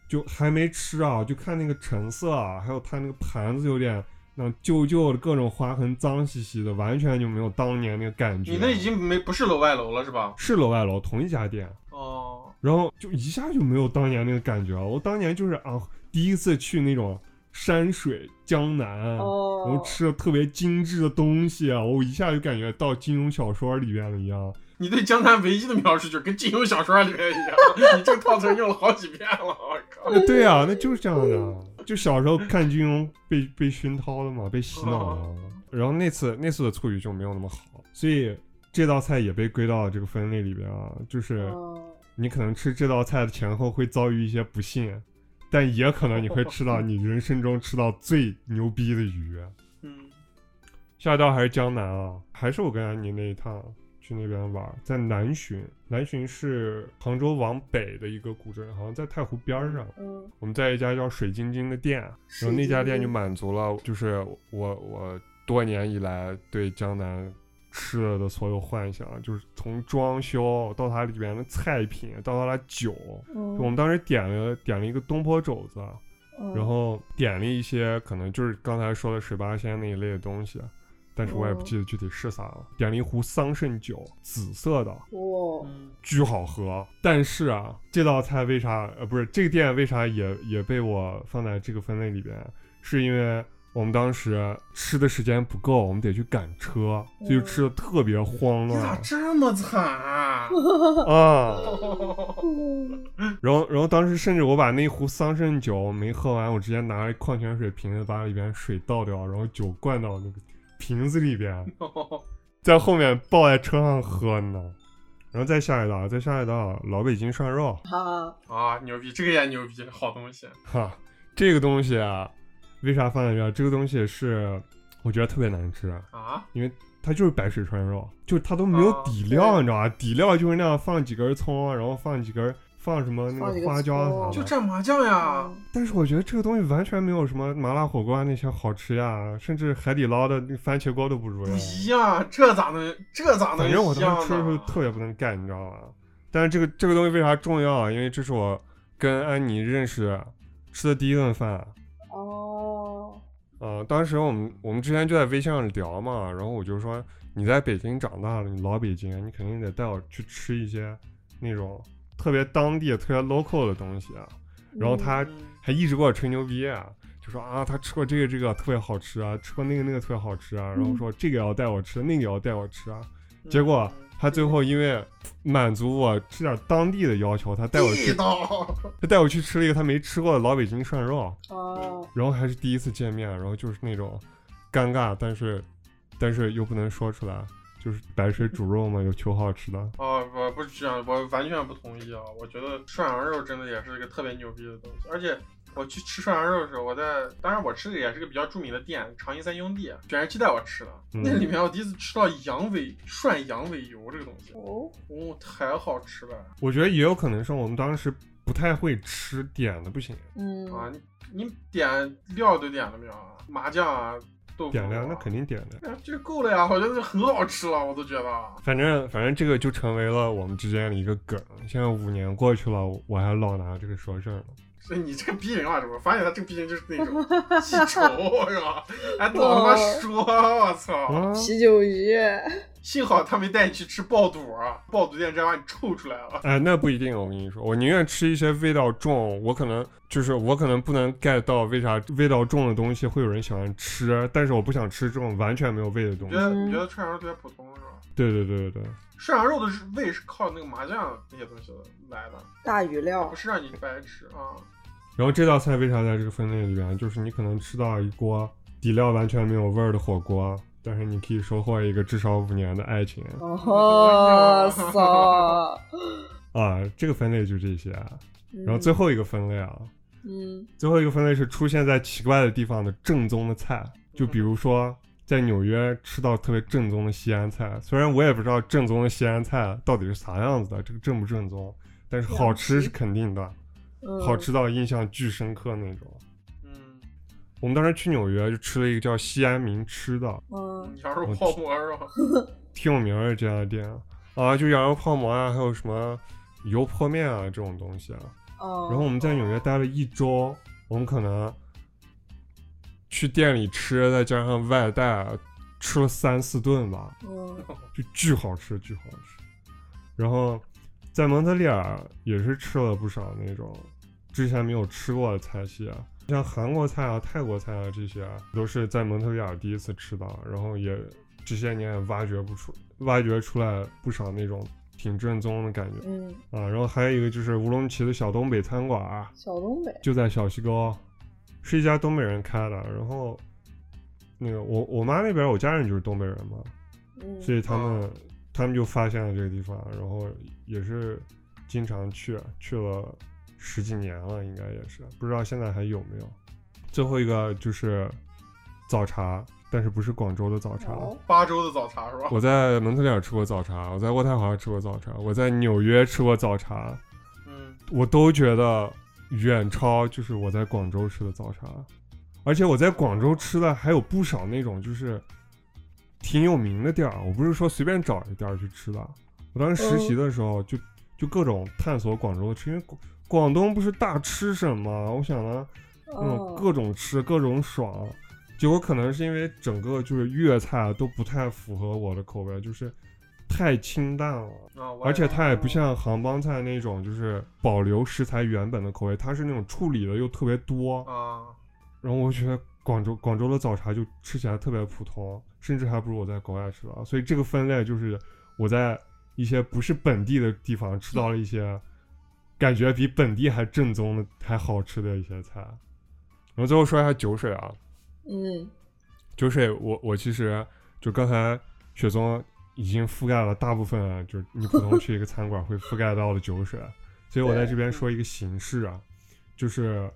Speaker 3: 就还没吃啊，就看那个成色啊，还有它那个盘子有点。那种旧旧的各种划痕，脏兮兮的，完全就没有当年那个感 觉。
Speaker 1: 你那已经没不是楼外楼了，是吧？
Speaker 3: 是楼外楼同一家店，
Speaker 1: 哦，
Speaker 3: 然后就一下就没有当年那个感觉了。我当年就是啊，第一次去那种山水江南，啊
Speaker 4: 哦
Speaker 3: 然后吃的特别精致的东西啊，我一下就感觉到金庸小说里边了一样。
Speaker 1: 你对江南唯一的描述就是跟金庸小说里面一样， 你这个套词用了好几遍了，我靠！
Speaker 3: 那对啊，那就是这样的。就小时候看金庸被被熏陶的嘛，被洗脑了。然后那次那次的醋鱼就没有那么好，所以这道菜也被归到这个分类里边啊，就是
Speaker 4: 哦
Speaker 3: 你可能吃这道菜的前后会遭遇一些不幸，但也可能你会吃到你人生中吃到最牛逼的鱼。
Speaker 1: 嗯，
Speaker 3: 下一道还是江南啊，还是我跟安妮那一趟去那边玩，在南浔。南浔是杭州往北的一个古镇，好像在太湖边儿上。
Speaker 4: 嗯
Speaker 3: 我们在一家叫水晶晶的店，啊然后那家店就满足了，就是我我多年以来对江南吃的的所有幻想，就是从装修到它里面的菜品，到它的酒，
Speaker 4: 嗯，
Speaker 3: 我们当时点了点了一个东坡肘子，
Speaker 4: 嗯
Speaker 3: 然后点了一些可能就是刚才说的水八仙那一类的东西，但是我也不
Speaker 4: 哦
Speaker 3: 记得具体是啥了。点了一壶桑葚酒，紫色的，
Speaker 4: 哇，
Speaker 1: 嗯
Speaker 3: 巨好喝。但是啊，这道菜为啥呃不是这个店为啥也也被我放在这个分类里边，是因为。我们当时吃的时间不够，我们得去赶车，所以就吃的特别慌
Speaker 1: 你咋
Speaker 3: 乱
Speaker 1: 这么惨啊？
Speaker 3: 啊。
Speaker 4: 嗯
Speaker 3: 然后，然后当时甚至我把那壶桑葚酒没喝完，我直接拿矿泉水瓶子把里边水倒掉，然后酒灌到那个瓶子里 边，在后面抱在车上喝呢。然后再下一道，再下一道老北京涮肉，
Speaker 4: 啊，
Speaker 1: 啊，牛逼，这个也牛逼，好东西。
Speaker 3: 哈，这个东西啊，为啥放在这儿？这个东西是我觉得特别难吃，
Speaker 1: 啊，
Speaker 3: 因为它就是白水涮肉，就是它都没有
Speaker 1: 哦
Speaker 4: 啊
Speaker 3: 底料，你知道吧？底料就是那样放几根葱，然后放几根放什么那
Speaker 4: 放几
Speaker 3: 个
Speaker 4: 个
Speaker 3: 花椒啥
Speaker 4: 葱
Speaker 3: 的，
Speaker 1: 就蘸麻酱呀，
Speaker 3: 但是我觉得这个东西完全没有什么麻辣火锅啊那些好吃呀，甚至海底捞的那番茄锅都不如
Speaker 1: 不
Speaker 3: 呀。
Speaker 1: 一样，这咋能这咋能
Speaker 3: 反正我
Speaker 1: 一样
Speaker 3: 当时吃的时候
Speaker 1: 呢？
Speaker 3: 特别不能干，你知道吧？但是这个这个东西为啥重要啊？因为这是我跟安妮认识吃的第一顿饭。
Speaker 4: 哦，
Speaker 3: 呃，当时我们我们之前就在微信上聊嘛，然后我就说你在北京长大了，你老北京，你肯定得带我去吃一些那种特别当地、特别 local 的东西啊。然
Speaker 4: 嗯
Speaker 3: 后他还一直给我吹牛逼、啊，就说啊，他吃过这个这个特别好吃啊，吃过那个那个特别好吃啊，然后说这个也要带我吃，那个也要带我吃啊。结果他最后因为满足我吃点当地的要求，他带我
Speaker 1: 地
Speaker 3: 去，
Speaker 1: 道，
Speaker 3: 他带我去吃了一个他没吃过的老北京涮肉，
Speaker 4: 哦，
Speaker 3: 然后还是第一次见面，然后就是那种尴尬，但是但是又不能说出来，就是白水煮肉嘛，有求好吃的。
Speaker 1: 哦，我不是这样，我完全不同意啊！我觉得涮羊肉真的也是一个特别牛逼的东西，而且我去吃涮羊肉的时候，我在当然我吃的也是个比较著名的店——长楹三兄弟，卷烟鸡带我吃的。
Speaker 3: 嗯
Speaker 1: 那里面我第一次吃到羊尾涮羊尾油这个东西，
Speaker 4: 哦，
Speaker 1: 哦，太好吃了
Speaker 3: 我觉得也有可能是我们当时不太会吃，点的不行。
Speaker 4: 嗯，
Speaker 1: 啊！你你点料都点了没有啊？麻酱啊，豆腐
Speaker 3: 点了呀，那肯定点的。
Speaker 1: 定这够了呀，我觉得很好吃了，我都觉得。啊
Speaker 3: 反正反正这个就成为了我们之间的一个梗。现在五年过去了，我还老拿这个说事儿呢。
Speaker 1: 是你这个逼人啊，这不？发现他这个逼人就是那种记仇， 是吧？还懂他妈说，我操！
Speaker 3: 啊，
Speaker 4: 啤酒鱼，
Speaker 1: 幸好他没带你去吃爆肚啊，爆肚店直接把你臭出来了。
Speaker 3: 哎，那不一定。我跟你说，我宁愿吃一些味道重，我可能就是我可能不能 get 到为啥味道重的东西会有人喜欢吃，但是我不想吃这种完全没有味的东
Speaker 1: 你
Speaker 3: 西
Speaker 1: 觉。得你觉得涮羊肉特别普通是吧？
Speaker 3: 对对对对对，
Speaker 1: 涮羊肉的味是靠那个麻酱那些东西来的，
Speaker 4: 大鱼料
Speaker 1: 不，是让你白吃啊。
Speaker 3: 然后这道菜为啥在这个分类里边？就是你可能吃到一锅底料完全没有味儿的火锅，但是你可以收获一个至少五年的爱情
Speaker 4: 哦操，
Speaker 3: 啊！这个分类就这些。啊然后最后一个分类啊，
Speaker 4: 嗯，
Speaker 3: 最后一个分类是出现在奇怪的地方的正宗的菜，就比如说在纽约吃到特别正宗的西安菜，虽然我也不知道正宗的西安菜到底是啥样子的，这个正不正宗，但是好吃是肯定的，
Speaker 4: 嗯
Speaker 3: 好，吃到印象巨深刻那种。
Speaker 1: 嗯，
Speaker 3: 我们当时去纽约就吃了一个叫西安名吃的，
Speaker 4: 嗯，
Speaker 1: 羊肉泡馍是吧？
Speaker 3: 挺有名儿的这家店啊，就羊肉泡馍啊，还有什么油泼面啊这种东西啊。
Speaker 4: 哦，
Speaker 3: 然后我们在纽约待了一周，我们可能去店里吃，再加上外带，吃了三四顿吧，
Speaker 4: 嗯，
Speaker 3: 就巨好吃，巨好吃。然后在蒙特利尔也是吃了不少那种之前没有吃过的菜系啊，像韩国菜啊、泰国菜啊这些啊，都是在蒙特利尔第一次吃到，然后也这些年也挖掘不出、挖掘出来不少那种挺正宗的感觉
Speaker 4: 嗯，
Speaker 3: 啊。然后还有一个就是乌鲁木齐的小东北餐馆啊，
Speaker 4: 小东北，
Speaker 3: 就在小西沟，是一家东北人开的。然后，那个我我妈那边，我家人就是东北人嘛，
Speaker 4: 嗯，
Speaker 3: 所以他们
Speaker 1: 哦
Speaker 3: 他们就发现了这个地方，然后也是经常去，去了十几年了，应该也是，不知道现在还有没有。最后一个就是早茶，但是不是广州的早茶。
Speaker 4: 哦
Speaker 1: 巴州的早茶是吧？
Speaker 3: 我在蒙特利尔吃过早茶，我在渥太华吃过早茶，我在纽约吃过早茶，
Speaker 1: 嗯，
Speaker 3: 我都觉得远超就是我在广州吃的早茶，而且我在广州吃的还有不少那种就是挺有名的店儿，我不是说随便找一个店儿去吃的。我当时实习的时候就、就各种探索广州的吃，因为广广东不是大吃省嘛，我想呢，嗯，
Speaker 4: 哦，
Speaker 3: 各种吃各种爽。结果可能是因为整个就是粤菜啊都不太符合我的口味，就是太清淡了。
Speaker 1: 啊，我
Speaker 3: 而且它也
Speaker 4: 哦
Speaker 3: 不像杭帮菜那种，就是保留食材原本的口味，它是那种处理的又特别多。
Speaker 1: 啊，
Speaker 3: 然后我觉得广州广州的早茶就吃起来特别普通，甚至还不如我在国外吃的啊。所以这个分类就是我在一些不是本地的地方吃到了一些感觉比本地还正宗的、还好吃的一些菜。然后最后说一下酒水啊，
Speaker 4: 嗯，
Speaker 3: 酒水我我其实就刚才雪松已经覆盖了大部分，啊就是你普通去一个餐馆会覆盖到的酒水，所以我在这边说一个形式啊，就是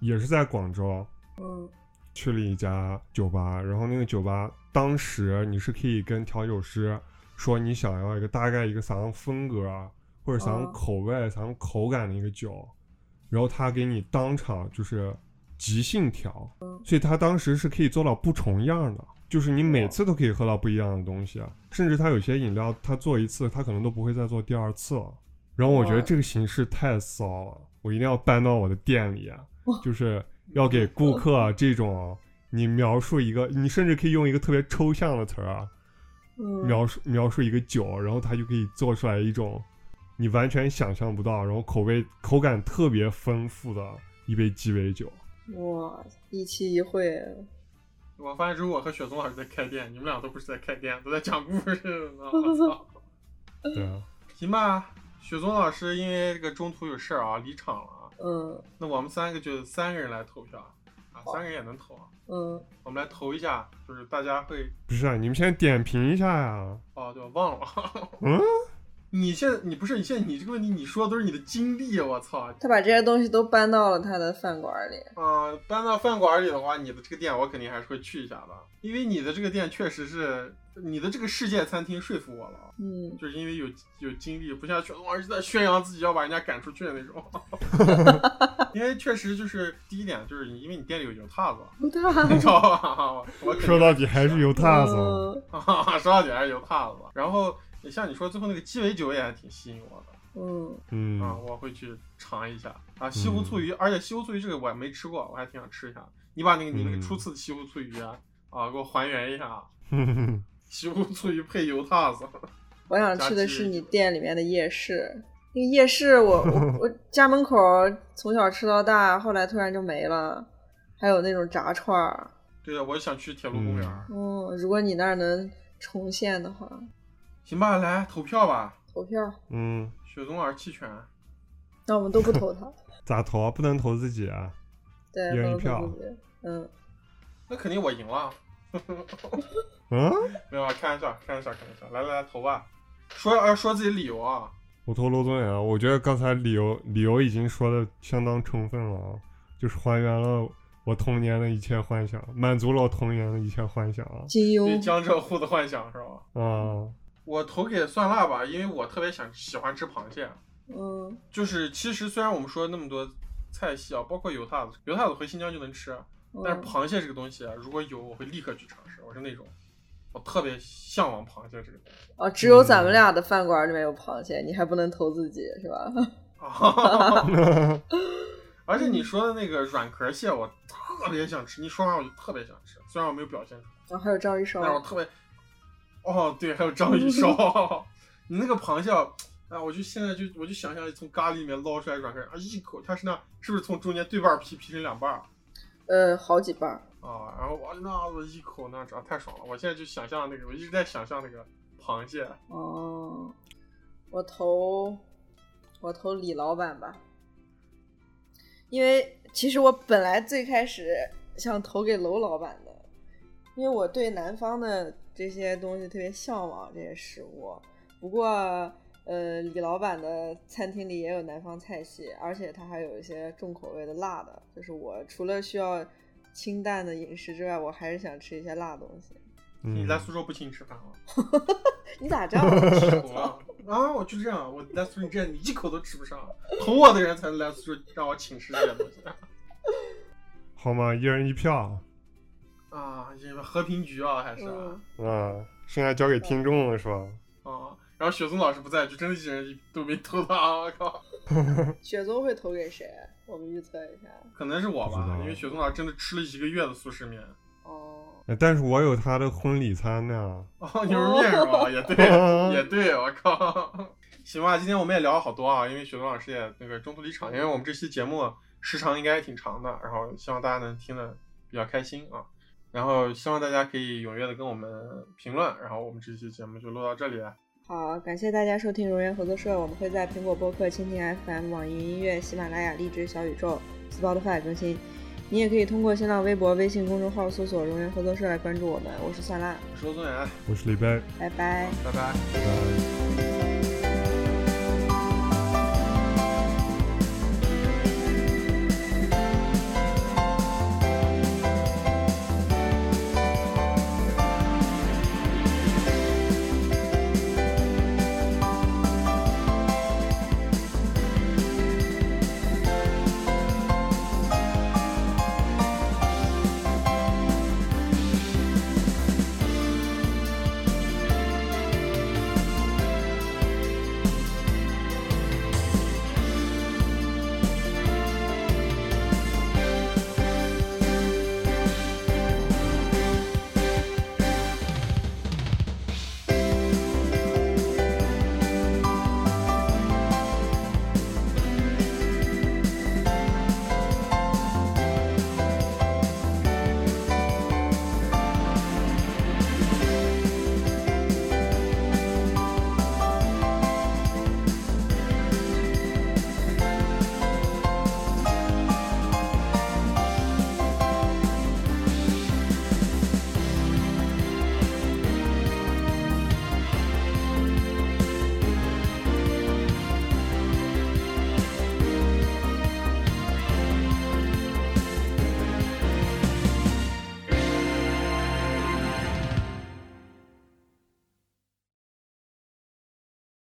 Speaker 3: 也是在广州
Speaker 4: 嗯，
Speaker 3: 去了一家酒吧，然后那个酒吧当时你是可以跟调酒师说你想要一个大概一个啥样风格啊，或者啥样
Speaker 4: 嗯
Speaker 3: 口味、啥样口感的一个酒，然后他给你当场就是即兴调，所以他当时是可以做到不重样的，就是你每次都可以喝到不一样的东西啊，甚至他有些饮料他做一次，他可能都不会再做第二次了。然后我觉得
Speaker 4: 哇
Speaker 3: 这个形式太骚了，我一定要搬到我的店里啊，就是要给顾客啊这种你描述一个，你甚至可以用一个特别抽象的词儿啊，
Speaker 4: 嗯，
Speaker 3: 描述描述一个酒，然后它就可以做出来一种你完全想象不到，然后口味口感特别丰富的一杯鸡尾酒。
Speaker 4: 哇，一期一会，
Speaker 1: 我发现只有我和雪松老师在开店，你们俩都不是在开店，都在讲故事呢。 我操！
Speaker 3: 对啊，
Speaker 1: 行吧，雪松老师因为这个中途有事儿啊，离场了啊。
Speaker 4: 嗯
Speaker 1: 那我们三个就三个人来投票啊，三个人也能投啊。
Speaker 4: 嗯，
Speaker 1: 我们来投一下，就是大家会
Speaker 3: 不是啊，你们先点评一下呀、
Speaker 1: 哦，对，我忘了。
Speaker 3: 嗯，
Speaker 1: 你现在你不是你现在你这个问题，你说的都是你的经历，啊我操！
Speaker 4: 他把这些东西都搬到了他的饭馆里，
Speaker 1: 啊、搬到饭馆里的话，你的这个店我肯定还是会去一下的，因为你的这个店确实是你的这个世界餐厅说服我了，啊
Speaker 4: 嗯，
Speaker 1: 就是因为有有经历，不像全网是在宣扬自己要把人家赶出去的那种。因为确实就是第一点，就是你因为你店里有油踏子，
Speaker 4: 对 吧？
Speaker 1: 你 知道吧？ 我肯定
Speaker 3: 说到底还是有踏子。
Speaker 4: 嗯
Speaker 1: 啊， 说到底还是油踏子。然后你像你说最后那个鸡尾酒也还挺吸引我的。
Speaker 4: 嗯，
Speaker 1: 啊，
Speaker 3: 嗯，
Speaker 1: 我会去尝一下啊，西湖醋鱼，而且西湖醋鱼这个我还没吃过，我还挺想吃一下。你把那个你那个
Speaker 3: 嗯
Speaker 1: 初次的西湖醋鱼啊，啊给我还原一下啊，
Speaker 3: 哼哼
Speaker 1: 西湖醋鱼配油塔子，
Speaker 4: 我想吃的是你店里面的夜市。那个夜市我，我我 家门口从小吃到大，后来突然就没了。还有那种炸串儿，
Speaker 1: 对啊，我想去铁路公园。
Speaker 4: 嗯，如果你那儿能重现的话，
Speaker 1: 行吧，来投票吧，
Speaker 4: 投票。
Speaker 3: 嗯，
Speaker 1: 雪松老师弃权，
Speaker 4: 那我们都不 投他，
Speaker 3: 咋投啊？不能投自己啊？
Speaker 4: 对，
Speaker 3: 一人一
Speaker 4: 不能
Speaker 3: 票
Speaker 4: 投自己。嗯，
Speaker 1: 那肯定我赢了。
Speaker 3: 嗯，
Speaker 1: 没有啊，开玩笑，开玩笑，开玩笑。来来来，投吧，说要说自己理由啊。
Speaker 3: 我投罗宗远啊。我觉得刚才理由理由已经说的相当充分了啊，就是还原了我童年的一切幻想，满足了我童年的一切幻想啊。
Speaker 4: 金
Speaker 1: 对
Speaker 4: 庸，
Speaker 1: 江浙沪的幻想是吧？
Speaker 3: 啊，
Speaker 1: 我投给蒜辣吧，因为我特别想喜欢吃螃蟹。
Speaker 4: 嗯
Speaker 1: 就是其实虽然我们说那么多菜系啊，包括油塔子，油塔子回新疆就能吃，但是
Speaker 4: 嗯，
Speaker 1: 螃蟹这个东西啊，如果有我会立刻去尝试。我是那种，我特别向往螃蟹这个东西
Speaker 4: 哦，只有
Speaker 3: 嗯
Speaker 4: 咱们俩的饭馆里面有螃蟹，你还不能投自己是吧？
Speaker 1: 啊。而且你说的那个软壳蟹，我特别想吃。你说完我就特别想吃，虽然我没有表现出来，
Speaker 4: 然后还有章鱼
Speaker 1: 但是我
Speaker 4: 烧，
Speaker 1: 特别……哦，对，还有章鱼烧，你那个螃蟹啊。哎，我就现在就我就想象从咖喱里面捞出来软壳，啊，一口它是那是不是从中间对半劈劈成两半儿？
Speaker 4: 呃，好几瓣儿，
Speaker 1: 啊，然后哇，那我一口那啥太爽了！我现在就想象那个，我一直在想象那个螃蟹。
Speaker 4: 哦，我投我投李老板吧，因为其实我本来最开始想投给楼老板的，因为我对南方的这些东西特别向往，这些食物。不过，呃，李老板的餐厅里也有南方菜系，而且它还有一些重口味的辣的，就是我除了需要清淡的饮食之外，我还是想吃一些辣东西。
Speaker 3: 嗯
Speaker 1: 你来苏州不请你吃饭啊？
Speaker 4: 你咋这 样啊？
Speaker 1: 我啊啊，我就这样，我来苏州，你这样你一口都吃不上。投我的人才来苏州让我请吃这些东西
Speaker 3: 好嘛，一人一票
Speaker 1: 啊！这个和平局啊，还是
Speaker 4: 嗯
Speaker 1: 啊。
Speaker 3: 啊，剩下交给听众了是吧？
Speaker 1: 啊然后雪松老师不在，就真的一人都没投他、我靠，
Speaker 4: 雪宗会投给谁？我们预测一下。
Speaker 1: 可能是我
Speaker 3: 不知
Speaker 1: 吧
Speaker 3: 道，
Speaker 1: 因为雪松老师真的吃了一个月的速食面。
Speaker 4: 哦，
Speaker 3: 哎但是我有他的婚礼餐呢。
Speaker 1: 哦，牛肉面是吧？也对， 也对，我靠！行吧，今天我们也聊了好多啊，因为雪冬老师也那个中途离场，因为我们这期节目时长应该也挺长的，然后希望大家能听得比较开心啊。然后希望大家可以踊跃的跟我们评论，然后我们这期节目就录到这里了。
Speaker 4: 好，感谢大家收听《荣源合作社》，我们会在苹果播客、蜻蜓 FM、网易云音乐、喜马拉雅、荔枝、小宇宙、Spotify 更新。你也可以通过新浪微博、微信公众号搜索“荣源合作社”来关注我们。我是算辣，
Speaker 1: 我是周宗元，
Speaker 3: 我是李贝，呃
Speaker 4: 拜拜。
Speaker 1: 拜拜。
Speaker 3: 拜拜。